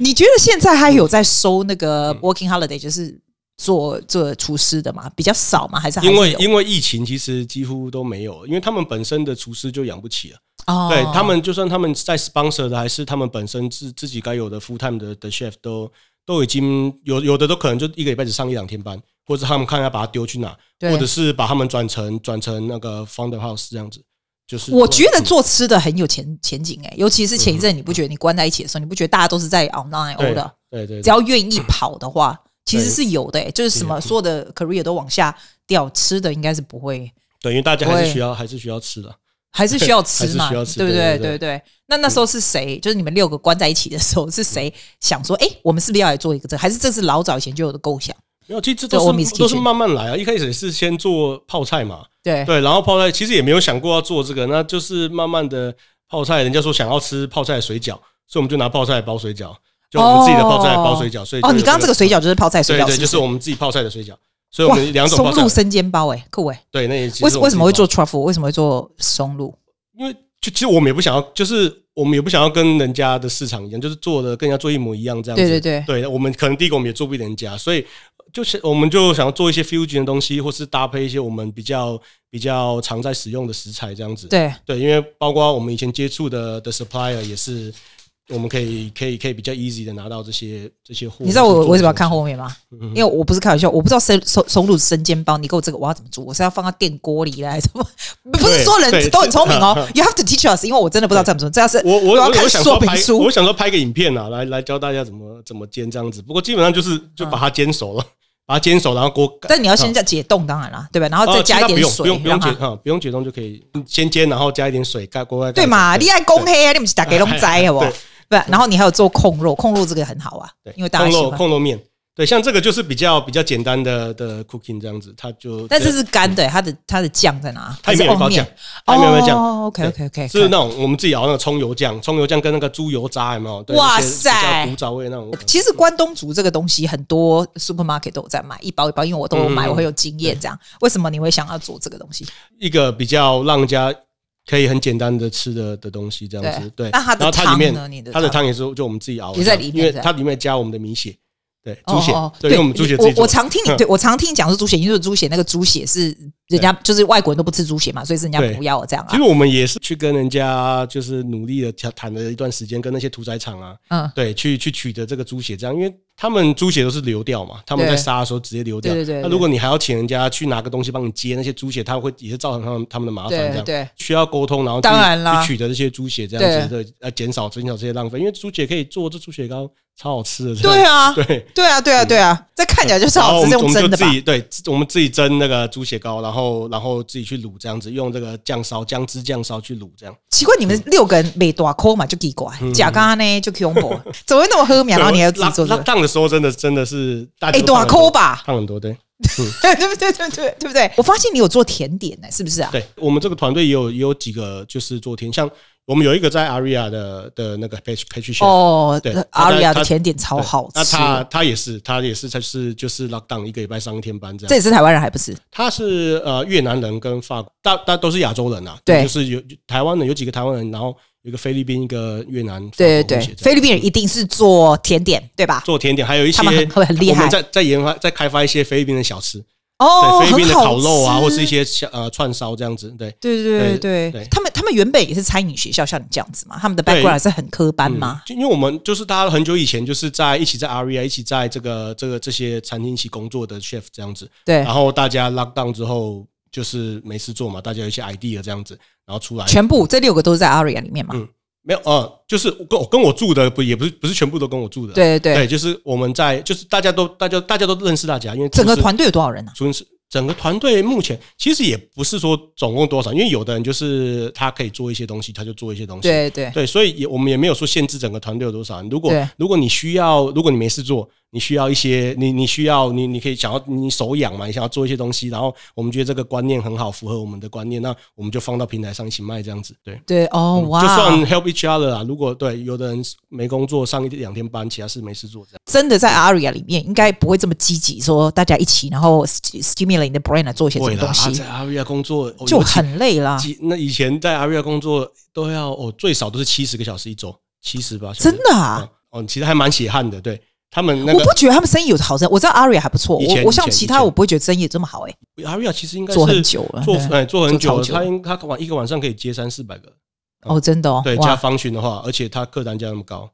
[SPEAKER 2] 你觉得现在还有在收那个
[SPEAKER 3] 嗯
[SPEAKER 2] working holiday，就是做做厨师的吗？比较少吗？还是还是
[SPEAKER 3] 因为
[SPEAKER 2] 有
[SPEAKER 3] 因为疫情其实几乎都没有，因为他们本身的厨师就养不起了。
[SPEAKER 2] 哦
[SPEAKER 3] 对他们，就算他们在 sponsor 的，还是他们本身自自己该有的 full time 的的 chef 都都已经有有的都可能就一个礼拜只上一两天班，或者他们看要把它丢去哪，
[SPEAKER 2] 对
[SPEAKER 3] 或者是把他们转成转成那个 founder house 这样子。就是嗯
[SPEAKER 2] 我觉得做吃的很有前前景哎、尤其是前一阵你不觉得你关在一起的时候，你不觉得大家都是在 online
[SPEAKER 3] 对
[SPEAKER 2] o 的，
[SPEAKER 3] 对对
[SPEAKER 2] 只要愿意跑的话，其实是有的、
[SPEAKER 3] 嗯
[SPEAKER 2] 欸，就是什么所有的 career 都往下掉，吃的应该是不会，
[SPEAKER 3] 对，因为大家还
[SPEAKER 2] 对
[SPEAKER 3] 是需要还是需要吃的。
[SPEAKER 2] 还是需要吃嘛，
[SPEAKER 3] 还是需要吃
[SPEAKER 2] 对不
[SPEAKER 3] 对对
[SPEAKER 2] 对
[SPEAKER 3] 对
[SPEAKER 2] 对。那那时候是谁？就是你们六个关在一起的时候，是谁想说，哎、我们是不是要来做一个这个？还是这是老早以前就有的构想？
[SPEAKER 3] 没有，其实这
[SPEAKER 2] 对我
[SPEAKER 3] 都
[SPEAKER 2] 们
[SPEAKER 3] 是
[SPEAKER 2] is
[SPEAKER 3] 都是
[SPEAKER 2] kitchen
[SPEAKER 3] 慢慢来啊。一开始也是先做泡菜嘛，
[SPEAKER 2] 对
[SPEAKER 3] 对，然后泡菜其实也没有想过要做这个，那就是慢慢的泡菜，人家说想要吃泡菜水饺，所以我们就拿泡菜来包水饺，就我们自己的泡菜来包水饺，所以就
[SPEAKER 2] 哦，
[SPEAKER 3] 有
[SPEAKER 2] 你刚刚这个水饺就是泡菜水
[SPEAKER 3] 对
[SPEAKER 2] 饺，
[SPEAKER 3] 对，
[SPEAKER 2] 不
[SPEAKER 3] 就是我们自己泡菜的水饺，所以我们两种泡
[SPEAKER 2] 松
[SPEAKER 3] 菜
[SPEAKER 2] 露，生煎包、欸，哎，酷哎、
[SPEAKER 3] 对，那也其实
[SPEAKER 2] 为什
[SPEAKER 3] 我
[SPEAKER 2] 为
[SPEAKER 3] 们
[SPEAKER 2] 什么会
[SPEAKER 3] 自己
[SPEAKER 2] 做
[SPEAKER 3] 包？
[SPEAKER 2] truffle？为什么会做松露？
[SPEAKER 3] 因为就其实我们也不想要，就是我们也不想要跟人家的市场一样，就是做的跟人家做一模一样这样子，
[SPEAKER 2] 对对对，
[SPEAKER 3] 对，我们可能第一个我们也做不赢人家，所以就是我们就想要做一些 fusion 的东西，或是搭配一些我们比较比较常在使用的食材这样子。
[SPEAKER 2] 对
[SPEAKER 3] 对，因为包括我们以前接触的的 supplier 也是，我们可以可以可以比较 easy 的拿到这些这些货。
[SPEAKER 2] 你知道我为什么要看
[SPEAKER 3] 货？
[SPEAKER 2] 后面吗？
[SPEAKER 3] 嗯
[SPEAKER 2] 因为我不是开玩笑，我不知道生松松露生煎包，你给我这个我要怎么煮？我是要放到电锅里来，怎么？不是说人
[SPEAKER 3] 对
[SPEAKER 2] 都很聪明 哦，You have to teach us，因为我真的不知道怎么做。这要是
[SPEAKER 3] 我我
[SPEAKER 2] 要
[SPEAKER 3] 我
[SPEAKER 2] 看
[SPEAKER 3] 我想说
[SPEAKER 2] 说明
[SPEAKER 3] 拍，
[SPEAKER 2] 书
[SPEAKER 3] 我，想说拍个影片啊，来来教大家怎么怎么煎这样子。不过基本上就是就把它煎熟了，把它煎熟，然后锅盖。
[SPEAKER 2] 但你要先在解冻，当然啦，对吧？然后
[SPEAKER 3] 嗯哦
[SPEAKER 2] 再加一
[SPEAKER 3] 其实它不
[SPEAKER 2] 点
[SPEAKER 3] 用不
[SPEAKER 2] 水
[SPEAKER 3] 用，不
[SPEAKER 2] 让
[SPEAKER 3] 用解
[SPEAKER 2] 它
[SPEAKER 3] 啊，不用解冻就可以先煎，然后加一点水盖锅盖盖
[SPEAKER 2] 对
[SPEAKER 3] 着。
[SPEAKER 2] 嘛？你爱公黑啊，你们是打给龙斋好不好？
[SPEAKER 3] 哎对
[SPEAKER 2] 不，然后你还有做控肉，控肉这个很好啊
[SPEAKER 3] 对，，
[SPEAKER 2] 因为大家
[SPEAKER 3] 控
[SPEAKER 2] 喜
[SPEAKER 3] 肉
[SPEAKER 2] 欢。
[SPEAKER 3] 控肉面，对，像这个就是比较比较简单的的 cooking 这样子，它就
[SPEAKER 2] 但这是干的，它的它的酱在哪？
[SPEAKER 3] 它里面有一包
[SPEAKER 2] 还是
[SPEAKER 3] 酱
[SPEAKER 2] 哦面，
[SPEAKER 3] 它里面有一包酱。
[SPEAKER 2] 哦，OK OK OK，
[SPEAKER 3] 是那种我们自己熬那个葱油酱，葱油酱跟那个猪油渣有没有？对
[SPEAKER 2] 哇
[SPEAKER 3] 那些比
[SPEAKER 2] 塞
[SPEAKER 3] 较古早味那种。
[SPEAKER 2] 其实关东煮这个东西，很多 supermarket 都有在卖，一包一包，因为我都有买，
[SPEAKER 3] 嗯
[SPEAKER 2] 我很有经验。这样，为什么你会想要做这个东西？
[SPEAKER 3] 一个比较让人家可以很简单的吃的的东西，这样子。
[SPEAKER 2] 对
[SPEAKER 3] 对，
[SPEAKER 2] 那它的
[SPEAKER 3] 然后它里面
[SPEAKER 2] 汤呢你的
[SPEAKER 3] 它的
[SPEAKER 2] 汤
[SPEAKER 3] 汤也是就我们自己熬的，
[SPEAKER 2] 也在里面
[SPEAKER 3] 因为
[SPEAKER 2] 是吧
[SPEAKER 3] 它里面加我们的米血，对，
[SPEAKER 2] 哦
[SPEAKER 3] 猪血
[SPEAKER 2] 哦，
[SPEAKER 3] 对，因为我们猪血自
[SPEAKER 2] 我
[SPEAKER 3] 己做
[SPEAKER 2] 我。常听 你，对我常听你讲是猪血，因为猪血那个猪血是人家就是外国人都不吃猪血嘛，所以是人家
[SPEAKER 3] 对
[SPEAKER 2] 不要这样
[SPEAKER 3] 其
[SPEAKER 2] 啊
[SPEAKER 3] 实。我们也是去跟人家就是努力的谈谈了一段时间，跟那些屠宰场啊，
[SPEAKER 2] 嗯，
[SPEAKER 3] 对，去去取得这个猪血，这样，因为他们猪血都是流掉嘛，他们在
[SPEAKER 2] 对
[SPEAKER 3] 杀的时候直接流掉。
[SPEAKER 2] 对对对
[SPEAKER 3] 那如果你还要请人家去拿个东西帮你接那些猪血，他会也是造成他们他们的麻烦，这
[SPEAKER 2] 对
[SPEAKER 3] 样。
[SPEAKER 2] 对。
[SPEAKER 3] 需要沟通，然后去
[SPEAKER 2] 当然啦
[SPEAKER 3] 去取得这些猪血，这样子对，呃，减少减少这些浪费，因为猪血可以做这猪血糕，超好吃的。这样
[SPEAKER 2] 对啊，
[SPEAKER 3] 对。
[SPEAKER 2] 对啊，对啊，对啊，这看起来就是
[SPEAKER 3] 然后
[SPEAKER 2] 好
[SPEAKER 3] 我
[SPEAKER 2] 吃，
[SPEAKER 3] 们
[SPEAKER 2] 这种
[SPEAKER 3] 我们
[SPEAKER 2] 真
[SPEAKER 3] 就
[SPEAKER 2] 的
[SPEAKER 3] 自
[SPEAKER 2] 吧？
[SPEAKER 3] 己对，自我们自己蒸那个猪血糕，然后然后自己去卤这样子，用这个酱烧姜汁酱烧去卤这样。
[SPEAKER 2] 奇怪，你们六个人每大抠嘛就奇怪，
[SPEAKER 3] 嗯
[SPEAKER 2] 假咖呢就 Q 博，啊怎么会那么喝面？然后你还要自己做这
[SPEAKER 3] 那
[SPEAKER 2] 个？
[SPEAKER 3] 烫的时候真的真的是大家
[SPEAKER 2] 哎，
[SPEAKER 3] 都烫
[SPEAKER 2] 大
[SPEAKER 3] 很多
[SPEAKER 2] 抠吧，
[SPEAKER 3] 烫很多对。
[SPEAKER 2] 对不对？对不对？对不对？我发现你有做甜点呢、是不是啊？
[SPEAKER 3] 对我们这个团队也有也有几个就是做甜，像我们有一个在 Aria 的的那个 Patch Patch
[SPEAKER 2] 哦
[SPEAKER 3] 对
[SPEAKER 2] 阿
[SPEAKER 3] 他
[SPEAKER 2] 瑞亚
[SPEAKER 3] 他
[SPEAKER 2] 的甜点超好
[SPEAKER 3] 那
[SPEAKER 2] 吃，
[SPEAKER 3] 他他也是他也是他是就是 lock down 一个礼拜上一天班这样。
[SPEAKER 2] 这也是台湾人还不是？
[SPEAKER 3] 他是呃越南人跟法国，大大都是亚洲人啊，
[SPEAKER 2] 对
[SPEAKER 3] 就是有台湾人有几个台湾人，然后有一个菲律宾，一个越南，
[SPEAKER 2] 对
[SPEAKER 3] 法国
[SPEAKER 2] 对
[SPEAKER 3] 混
[SPEAKER 2] 对，
[SPEAKER 3] 血这样
[SPEAKER 2] 菲律宾人一定是做甜点对吧？
[SPEAKER 3] 做甜点，还有一些
[SPEAKER 2] 他们很会很厉害
[SPEAKER 3] 我们在在研发在开发一些菲律宾的小吃，
[SPEAKER 2] 哦，
[SPEAKER 3] 对菲律宾的
[SPEAKER 2] 很好
[SPEAKER 3] 烤肉啊，
[SPEAKER 2] 吃
[SPEAKER 3] 或是一些小呃串烧这样子，对。
[SPEAKER 2] 对对对
[SPEAKER 3] 对
[SPEAKER 2] 对，他们他们原本也是餐饮学校，像你这样子嘛，他们的 background 是很科班嘛。
[SPEAKER 3] 嗯就因为我们就是大家很久以前就是在一起在 Aria 一起在这个这个这些餐厅一起工作的 chef 这样子，
[SPEAKER 2] 对
[SPEAKER 3] 然，后大家 lock down 之后就是没事做嘛，大家有一些 idea 这样子，然后出来
[SPEAKER 2] 全部这六个都是在 Aria 里面嘛。
[SPEAKER 3] 嗯没有呃，就是跟我跟我住的不也不是不是全部都跟我住的，
[SPEAKER 2] 对对对，
[SPEAKER 3] 就是我们在就是大家都大家大家都认识大家，因为
[SPEAKER 2] 整个
[SPEAKER 3] 厨师
[SPEAKER 2] 团队有多少人啊？
[SPEAKER 3] 纯是整个团队目前其实也不是说总共多少，因为有的人就是他可以做一些东西，他就做一些东西。
[SPEAKER 2] 对对
[SPEAKER 3] 对，所以也我们也没有说限制整个团队有多少人。如果
[SPEAKER 2] 对
[SPEAKER 3] 如果你需要，如果你没事做，你需要一些你你需要你你可以想要你手痒嘛，你想要做一些东西，然后我们觉得这个观念很好，符合我们的观念，那我们就放到平台上一起卖这样子。对，
[SPEAKER 2] 对，哦
[SPEAKER 3] 嗯
[SPEAKER 2] 哇，
[SPEAKER 3] 就算 help each other 啊。如果对有的人没工作，上一两天班，其他事没事做这样。
[SPEAKER 2] 真的在 Aria 里面，应该不会这么积极，说大家一起，然后 st- stimulate 你的 brain 来做一些什
[SPEAKER 3] 会
[SPEAKER 2] 么
[SPEAKER 3] 啦，
[SPEAKER 2] 东
[SPEAKER 3] 啊
[SPEAKER 2] 西
[SPEAKER 3] 在，Aria 工作哦
[SPEAKER 2] 就
[SPEAKER 3] 尤其
[SPEAKER 2] 很啊累啦。
[SPEAKER 3] 几那以前在 Aria 工作都要哦，最少都是七十个小时一周，七十吧，
[SPEAKER 2] 真的啊
[SPEAKER 3] 嗯，哦，其实还蛮血汗的。对他们那
[SPEAKER 2] 我
[SPEAKER 3] 个
[SPEAKER 2] 不觉得他们生意有好生，我知道 Aria 还不错，
[SPEAKER 3] 以前
[SPEAKER 2] 我
[SPEAKER 3] 以
[SPEAKER 2] 我
[SPEAKER 3] 前
[SPEAKER 2] 像其他
[SPEAKER 3] 以前
[SPEAKER 2] 我不会觉得生意有这么好哎，
[SPEAKER 3] Aria 其实应该是
[SPEAKER 2] 做很久了
[SPEAKER 3] 做
[SPEAKER 2] 对
[SPEAKER 3] 哎做很久了，
[SPEAKER 2] 做超久
[SPEAKER 3] 他应他晚一个晚上可以接三四百个，
[SPEAKER 2] 哦真的哦
[SPEAKER 3] 对，，加
[SPEAKER 2] 哇，
[SPEAKER 3] 方群的话，而且他客单价那么高，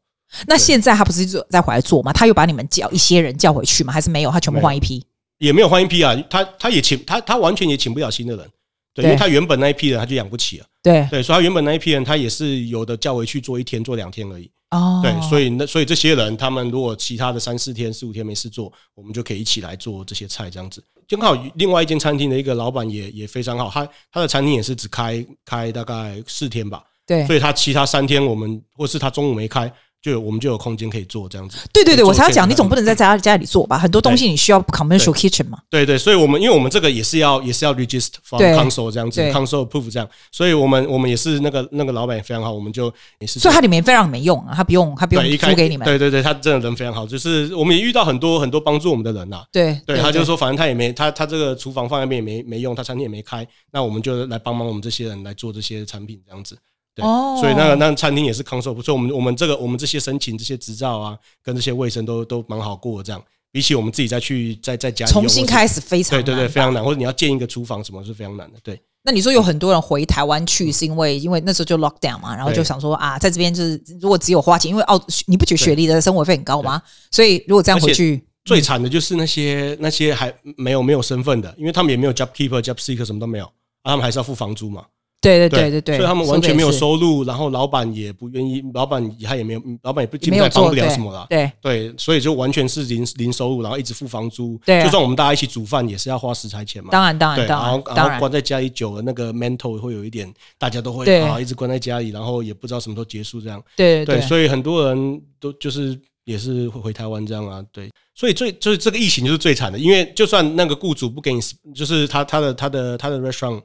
[SPEAKER 2] 那现在他不是就在回来做吗？他又把你们叫一些人叫回去吗？还是没有？他全部换一批？
[SPEAKER 3] 也没有换一批啊，他他也请他他完全也请不了新的人，对，
[SPEAKER 2] 对
[SPEAKER 3] 因为他原本那一批人他就养不起了，
[SPEAKER 2] 对
[SPEAKER 3] 对，所以他原本那一批人他也是有的叫回去做一天做两天而已，
[SPEAKER 2] 哦，
[SPEAKER 3] 对，所以那所以这些人，他们如果其他的三四天、四五天没事做，我们就可以一起来做这些菜，这样子。正好另外一间餐厅的一个老板也也非常好，他他的餐厅也是只开开大概四天吧，
[SPEAKER 2] 对
[SPEAKER 3] 所以他其他三天我们或是他中午没开，就有我们就有空间可以做这样子。
[SPEAKER 2] 对对对，我才要
[SPEAKER 3] 做健
[SPEAKER 2] 讲，你
[SPEAKER 3] 康
[SPEAKER 2] 总不能在家家里做吧？很多东西你需要 commercial kitchen 嘛。
[SPEAKER 3] 对对，所以我们因为我们这个也是要也是要 register from
[SPEAKER 2] 对
[SPEAKER 3] console 这样子
[SPEAKER 2] 对
[SPEAKER 3] ，console proof 这样，所以我们我们也是那个那个老板也非常好，我们就也是
[SPEAKER 2] 所以他里面非让你们用啊，他不用，他不用
[SPEAKER 3] 对一开
[SPEAKER 2] 租给你们。
[SPEAKER 3] 对对对，他真的人非常好，就是我们也遇到很多很多帮助我们的人啊呐、
[SPEAKER 2] 对
[SPEAKER 3] 对，他就说，反正他也没他他这个厨房放在那边也没没用，他餐厅也没开，那我们就来帮忙我们这些人来做这些产品这样子。对，
[SPEAKER 2] 哦
[SPEAKER 3] 所以那个那餐厅也是 console 不错，我们我们这个我们这些申请这些执照啊，跟这些卫生都都蛮好过这样。比起我们自己再去再再加
[SPEAKER 2] 重新，开始非常
[SPEAKER 3] 对对对，
[SPEAKER 2] 难
[SPEAKER 3] 非常难，或者你要建一个厨房什么是非常难的，对
[SPEAKER 2] 那你说有很多人回台湾去，是因为因为那时候就 lock down 嘛，然后
[SPEAKER 3] 对
[SPEAKER 2] 就想说啊，在这边就是如果只有花钱，因为澳你不觉得雪梨的生活费很高吗？所以如果这样回去，
[SPEAKER 3] 最惨的就是那些那些还没有没有身份的，因为他们也没有 job keeper、job seeker 什么都没有，啊，他们还是要付房租嘛。
[SPEAKER 2] 对对对对对，
[SPEAKER 3] 所以他们完全没有
[SPEAKER 2] 说
[SPEAKER 3] 收入，然后老板也不愿意，老板他也没有，老板也不
[SPEAKER 2] 的也是，
[SPEAKER 3] 基
[SPEAKER 2] 没
[SPEAKER 3] 本上
[SPEAKER 2] 有
[SPEAKER 3] 也
[SPEAKER 2] 做
[SPEAKER 3] 帮不了
[SPEAKER 2] 对
[SPEAKER 3] 什么啦。
[SPEAKER 2] 对
[SPEAKER 3] 对，所以就完全是零零收入，然后一直付房租。
[SPEAKER 2] 对啊
[SPEAKER 3] 就算我们大家一起煮饭，也是要花食材钱嘛。
[SPEAKER 2] 当然当
[SPEAKER 3] 对，
[SPEAKER 2] 然
[SPEAKER 3] 然
[SPEAKER 2] 当
[SPEAKER 3] 后
[SPEAKER 2] 然
[SPEAKER 3] 然
[SPEAKER 2] 当
[SPEAKER 3] 后
[SPEAKER 2] 然
[SPEAKER 3] 关在家里久了，那个 mental 会有一点，大家都会
[SPEAKER 2] 对
[SPEAKER 3] 啊一直关在家里，然后也不知道什么时候结束这样。
[SPEAKER 2] 对
[SPEAKER 3] 对，
[SPEAKER 2] 对
[SPEAKER 3] 所以很多人都就是也是会回台湾这样啊，对，所以最就是这个疫情就是最惨的，因为就算那个雇主不给你，就是他他的他的他的 restaurant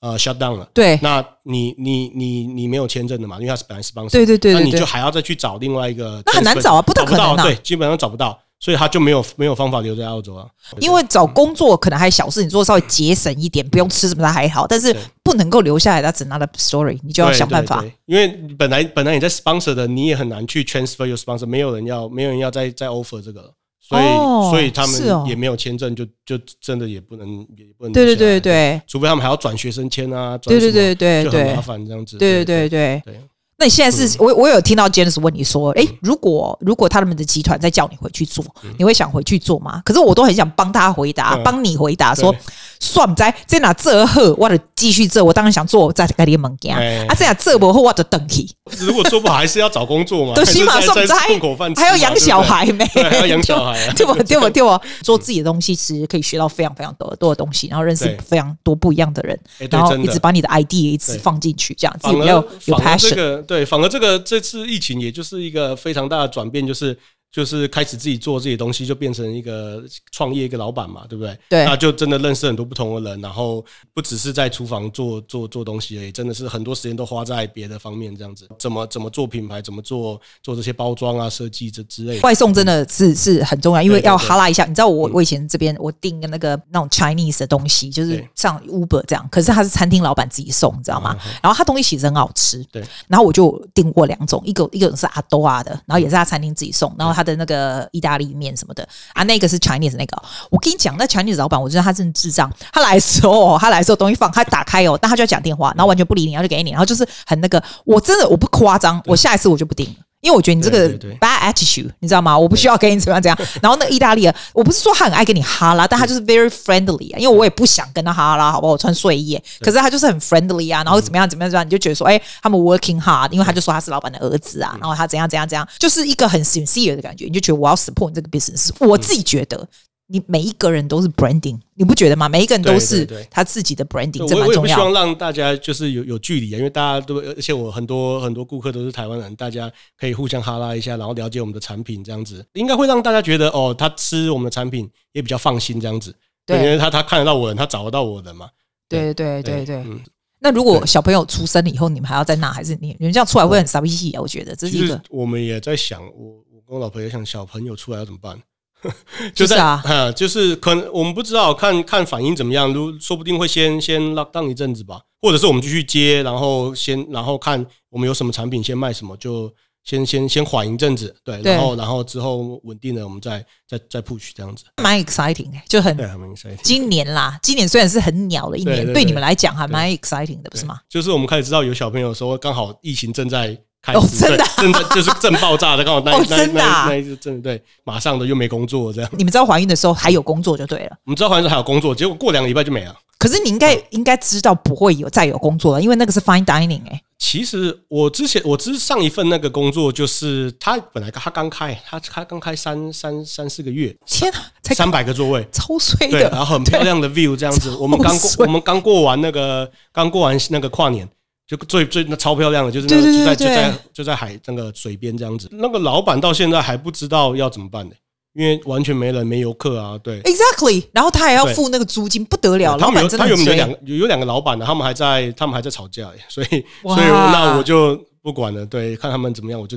[SPEAKER 3] 呃 shut down 了，
[SPEAKER 2] 对
[SPEAKER 3] 那你你你你没有签证的嘛，因为他是本来是帮手，
[SPEAKER 2] 对对对
[SPEAKER 3] 那
[SPEAKER 2] 对
[SPEAKER 3] 你就
[SPEAKER 2] 对
[SPEAKER 3] 还要再去找另外一个，
[SPEAKER 2] 那很难找啊不大可能啊
[SPEAKER 3] 找不到对，基本上找不到，所以他就没有没有方法留在澳洲啊，
[SPEAKER 2] 因为找工作可能还小事，你做稍微节省一点，不用吃什么的还好，但是
[SPEAKER 3] 对
[SPEAKER 2] 不能够留下来，That's another story，你就要
[SPEAKER 3] 对
[SPEAKER 2] 想办法。
[SPEAKER 3] 对对因为本来本来你在 sponsor 的，你也很难去 transfer your sponsor，没有人要，没有人要再再 offer 这个了，所以、
[SPEAKER 2] 哦
[SPEAKER 3] 所以他们
[SPEAKER 2] 是哦
[SPEAKER 3] 也没有签证，就就真的也不能也不能
[SPEAKER 2] 对对
[SPEAKER 3] 留下
[SPEAKER 2] 对，
[SPEAKER 3] 来
[SPEAKER 2] 对
[SPEAKER 3] 除非他们还要转学生签啊，转
[SPEAKER 2] 对
[SPEAKER 3] 什么
[SPEAKER 2] 对对对
[SPEAKER 3] 就
[SPEAKER 2] 对
[SPEAKER 3] 很麻
[SPEAKER 2] 对
[SPEAKER 3] 烦这样子，
[SPEAKER 2] 对
[SPEAKER 3] 对
[SPEAKER 2] 对对。
[SPEAKER 3] 对
[SPEAKER 2] 那你现在
[SPEAKER 3] 嗯
[SPEAKER 2] 是、我我有听到 Janice 问你说，诶，如果如果他们的集团再叫你回去做，你会想回去做吗？可是我都很想帮他回答，
[SPEAKER 3] 嗯
[SPEAKER 2] 帮你回答说
[SPEAKER 3] 对，
[SPEAKER 2] 算在在哪这好，我得继续做，我当然想做我在这个物件
[SPEAKER 3] 哎
[SPEAKER 2] 啊，这样这不好，我就等去，
[SPEAKER 3] 如果做不好，还是要找工作嘛，
[SPEAKER 2] 都起码
[SPEAKER 3] 还是
[SPEAKER 2] 算
[SPEAKER 3] 在
[SPEAKER 2] 不
[SPEAKER 3] 在
[SPEAKER 2] 在
[SPEAKER 3] 混口饭，吃嘛，啊
[SPEAKER 2] 还要养小孩没？
[SPEAKER 3] 对不对，对还要养小孩 啊，
[SPEAKER 2] 对吧？对吧？对吧？做自己的东西，其实可以学到非常非常多多的东西，然后认识
[SPEAKER 3] 对
[SPEAKER 2] 非常多不一样的人，
[SPEAKER 3] 哎对
[SPEAKER 2] 然后
[SPEAKER 3] 真
[SPEAKER 2] 一
[SPEAKER 3] 的
[SPEAKER 2] 直把你的 idea 一直
[SPEAKER 3] 对
[SPEAKER 2] 放进去，这样自
[SPEAKER 3] 反
[SPEAKER 2] 己比较
[SPEAKER 3] 而
[SPEAKER 2] 有
[SPEAKER 3] 反而这
[SPEAKER 2] passion。
[SPEAKER 3] 个对，反而这个这次疫情也就是一个非常大的转变，就是就是开始自己做自己的东西，就变成一个创业一个老板嘛，对不对？
[SPEAKER 2] 对
[SPEAKER 3] 那就真的认识很多不同的人，然后不只是在厨房做做做东西而已，真的是很多时间都花在别的方面，这样子怎么怎么做品牌，怎么做做这些包装啊、设计这之类的。
[SPEAKER 2] 外送真的是是很重要，因为
[SPEAKER 3] 对对
[SPEAKER 2] 要
[SPEAKER 3] 对嗯
[SPEAKER 2] 哈拉一下。你知道我我以前这边我订那个那种 Chinese 的东西，就是
[SPEAKER 3] 对嗯
[SPEAKER 2] 上 Uber 这样，可是他是餐厅老板自己送，你知道吗？然后他东西其实很好吃，
[SPEAKER 3] 对。
[SPEAKER 2] 然后我就订过两种，一个一个是阿多啊的，然后也是他餐厅自己送，然后他的那个意大利面什么的啊，那个是 Chinese 那个哦。我跟你讲，那 Chinese 老板，我觉得他真的智障。他来的时候哦， 他来的时候东西放，他打开哦，但他就要讲电话，然后完全不理你，然后就给你，然后就是很那个，我真的我不夸张，我下一次我就不订了。因为我觉得你这个
[SPEAKER 3] 对对对
[SPEAKER 2] bad attitude，你知道吗？我不需要给你怎么样怎样。然后那个意大利人，我不是说他很爱跟你哈拉，但他就是
[SPEAKER 3] 嗯
[SPEAKER 2] very friendly 啊，因为我也不想跟他哈拉，好不好？我穿睡衣耶，可是他就是很 friendly 啊，然
[SPEAKER 3] 嗯
[SPEAKER 2] 后怎么样怎么样怎么样，你就觉得说，哎、他们 working hard，因为他就说他是老板的儿子
[SPEAKER 3] 嗯
[SPEAKER 2] 啊，然后他怎样怎样怎样，就是一个很 sincere 的感觉，你就觉得我要 support 这个 business。我
[SPEAKER 3] 嗯
[SPEAKER 2] 自己觉得。你每一个人都是 branding，你不觉得吗？每一个人都
[SPEAKER 3] 对
[SPEAKER 2] 是
[SPEAKER 3] 对对
[SPEAKER 2] 他自己的 branding，
[SPEAKER 3] 对
[SPEAKER 2] 这
[SPEAKER 3] 我
[SPEAKER 2] 蛮
[SPEAKER 3] 我也
[SPEAKER 2] 重
[SPEAKER 3] 不希
[SPEAKER 2] 要的。
[SPEAKER 3] 望让大家就是有有距离啊，因为大家都，而且我很多很多顾客都是台湾人，大家可以互相哈拉一下，然后了解我们的产品，这样子应该会让大家觉得哦，他吃我们的产品也比较放心，这样子。
[SPEAKER 2] 对
[SPEAKER 3] 因为他他看得到我人，他找得到我人嘛。
[SPEAKER 2] 对对对对。
[SPEAKER 3] 嗯，
[SPEAKER 2] 那如果
[SPEAKER 3] 对
[SPEAKER 2] 小朋友出生了以后，你们还要再纳，还是你你们这样出来会很傻逼气啊？我觉得这是
[SPEAKER 3] 其
[SPEAKER 2] 一
[SPEAKER 3] 实
[SPEAKER 2] 个
[SPEAKER 3] 我们也在想，我我跟我老婆也想，小朋友出来要怎么办？
[SPEAKER 2] 就是
[SPEAKER 3] 在
[SPEAKER 2] 啊
[SPEAKER 3] 嗯就是可能我们不知道，看看反应怎么样，如说不定会先先 lock down 一阵子吧，或者是我们继续接，然后先然后看我们有什么产品先卖什么，就先先先缓一阵子，对，
[SPEAKER 2] 对
[SPEAKER 3] 然后然后之后稳定了，我们再再再 push 这样子，
[SPEAKER 2] 蛮 exciting，的就很
[SPEAKER 3] 对，很 exciting。
[SPEAKER 2] 今年啦，今年虽然是很鸟的一
[SPEAKER 3] 对
[SPEAKER 2] 年，
[SPEAKER 3] 对
[SPEAKER 2] 对
[SPEAKER 3] 对
[SPEAKER 2] 你们来讲还蛮 exciting 的，不是吗？
[SPEAKER 3] 就是我们开始知道有小朋友的时候，刚好疫情正在开始，
[SPEAKER 2] 哦真的啊
[SPEAKER 3] 对正在就是正爆炸的，刚好 那、
[SPEAKER 2] 哦
[SPEAKER 3] 那
[SPEAKER 2] 真的啊
[SPEAKER 3] 那那一阵对，马上的又没工作这样。
[SPEAKER 2] 你们知道怀孕的时候还有工作就对了，
[SPEAKER 3] 我们知道环是还有工作，结果过两个礼拜就没了。
[SPEAKER 2] 可是你应该
[SPEAKER 3] 嗯
[SPEAKER 2] 应该知道不会有再有工作了，因为那个是 fine dining 哎、
[SPEAKER 3] 其实我之前我之上一份那个工作，就是他本来他刚开，他他刚开三三三四个月，
[SPEAKER 2] 天啊，才
[SPEAKER 3] 三百个座位，
[SPEAKER 2] 超衰
[SPEAKER 3] 对，啊
[SPEAKER 2] 的，
[SPEAKER 3] 然后很漂亮的 view 这样子。我们刚过
[SPEAKER 2] 水
[SPEAKER 3] 我们刚过完那个刚过完那个跨年，就最最那超漂亮的，就是那
[SPEAKER 2] 对
[SPEAKER 3] 个
[SPEAKER 2] 对
[SPEAKER 3] 就在就
[SPEAKER 2] 对对
[SPEAKER 3] 在就在海那个水边这样子。那个老板到现在还不知道要怎么办呢、因为完全没人没游客啊，对。
[SPEAKER 2] exactly，然后他还要
[SPEAKER 3] 对
[SPEAKER 2] 付那个租金，不得了，
[SPEAKER 3] 他
[SPEAKER 2] 老
[SPEAKER 3] 们
[SPEAKER 2] 板
[SPEAKER 3] 有
[SPEAKER 2] 真的
[SPEAKER 3] 他有
[SPEAKER 2] 很
[SPEAKER 3] 有两
[SPEAKER 2] 衰。
[SPEAKER 3] 个有有两个老板呢，他们还在他们还在吵架耶，所以
[SPEAKER 2] 哇
[SPEAKER 3] 所以那我就不管了，对，看他们怎么样，我就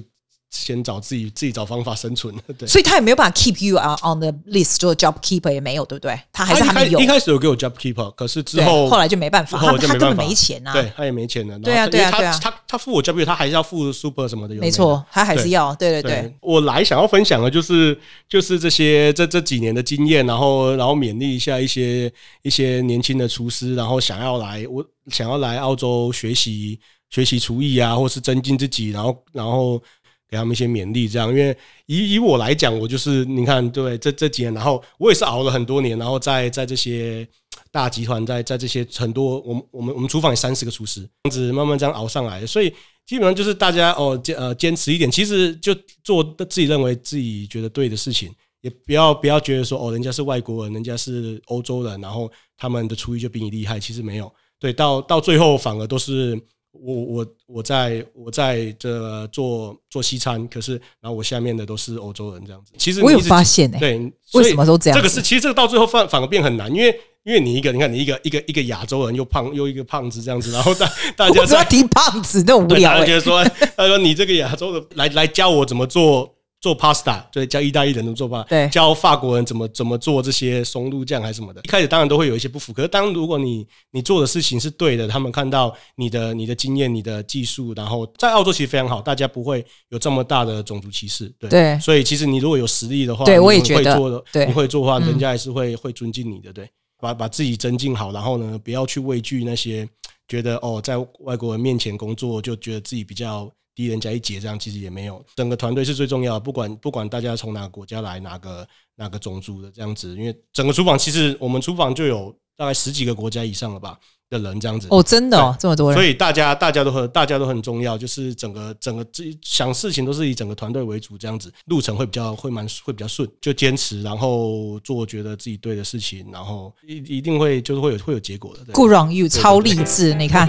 [SPEAKER 3] 先找自己自己找方法生存。对，
[SPEAKER 2] 所以他也没有办法 keep you 呃 on on the list，做 job keeper 也没有，对不对？他还是
[SPEAKER 3] 他
[SPEAKER 2] 还
[SPEAKER 3] 一开
[SPEAKER 2] 没有
[SPEAKER 3] 一，开始有给我 job keeper，可是之
[SPEAKER 2] 对
[SPEAKER 3] 后
[SPEAKER 2] 后来就没办法，
[SPEAKER 3] 之后
[SPEAKER 2] 他
[SPEAKER 3] 我就
[SPEAKER 2] 他根本
[SPEAKER 3] 办法
[SPEAKER 2] 没钱啊，
[SPEAKER 3] 对他也没钱了。然后
[SPEAKER 2] 对啊
[SPEAKER 3] 他
[SPEAKER 2] 对啊
[SPEAKER 3] 因为
[SPEAKER 2] 对啊
[SPEAKER 3] 他他他付我 job keeper，他还是要付 super 什么的，有
[SPEAKER 2] 没
[SPEAKER 3] 的
[SPEAKER 2] 错，他还是
[SPEAKER 3] 对
[SPEAKER 2] 要，对对对。
[SPEAKER 3] 对，我来想要分享的就是就是这些这这几年的经验，然后然后勉励一下一些一些年轻的厨师，然后想要来我想要来澳洲学习学习厨艺啊，或是增进自己，然后然后给他们一些勉励，这样，因为以以我来讲，我就是你看，对这这几年，然后我也是熬了很多年，然后在在这些大集团，在在这些很多我们我们我们厨房有三十个厨师，这样子慢慢这样熬上来，所以基本上就是大家哦坚呃坚持一点，其实就做呃自己认为自己觉得对的事情。也不要不要觉得说哦，人家是外国人，人家是欧洲人，然后他们的厨艺就比你厉害。其实没有，对，到 到最后反而都是我我我在我在这做做西餐，可是然后我下面的都是欧洲人这样子。其实
[SPEAKER 2] 我
[SPEAKER 3] 你
[SPEAKER 2] 有
[SPEAKER 3] 一直
[SPEAKER 2] 发现哎、
[SPEAKER 3] 对，所以
[SPEAKER 2] 为什么都这样
[SPEAKER 3] 这个是其实这个到最后反反而变很难，因为因为你一个你看你一个一个一个亚洲人又胖又一个胖子这样子，然后大大家
[SPEAKER 2] 我只要
[SPEAKER 3] 在
[SPEAKER 2] 提胖子那种无
[SPEAKER 3] 对
[SPEAKER 2] 聊
[SPEAKER 3] 大家
[SPEAKER 2] 哎、
[SPEAKER 3] 觉得说， 他说你这个亚洲的来来教我怎么做做 pasta，对，教意大利人怎么做 pasta，
[SPEAKER 2] 对
[SPEAKER 3] 教法国人怎么怎么做这些松露酱还是什么的。一开始当然都会有一些不服，可是当如果你你做的事情是对的，他们看到你的你的经验、你的技术，然后在澳洲其实非常好，大家不会有这么大的种族歧视，对，
[SPEAKER 2] 对
[SPEAKER 3] 所以其实你如果有实力的话，
[SPEAKER 2] 对
[SPEAKER 3] 你
[SPEAKER 2] 我也
[SPEAKER 3] 会
[SPEAKER 2] 觉得
[SPEAKER 3] 做的，
[SPEAKER 2] 对
[SPEAKER 3] 你会做的话，
[SPEAKER 2] 嗯
[SPEAKER 3] 人家还是会会尊敬你的，对。把把自己增进好，然后呢，不要去畏惧那些觉得哦，在外国人面前工作就觉得自己比较低人家一截，这样其实也没有。整个团队是最重要的，不管不管大家从哪个国家来，哪个哪个种族的这样子，因为整个厨房其实我们厨房就有大概十几个国家以上了吧的人这样子。
[SPEAKER 2] 哦，真的哦，这么多
[SPEAKER 3] 所
[SPEAKER 2] 人，
[SPEAKER 3] 以大家大家都很大家都很重要，就是整个整个自己想事情都是以整个团队为主，这样子路程会比较会蛮会比较顺，就坚持，然后做觉得自己对的事情，然后一一定会就是会有会有结果的。对
[SPEAKER 2] Good on you，超励志！ 你看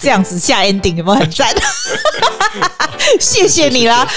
[SPEAKER 2] 这样子下 ending 有没有很赞？谢谢你啦！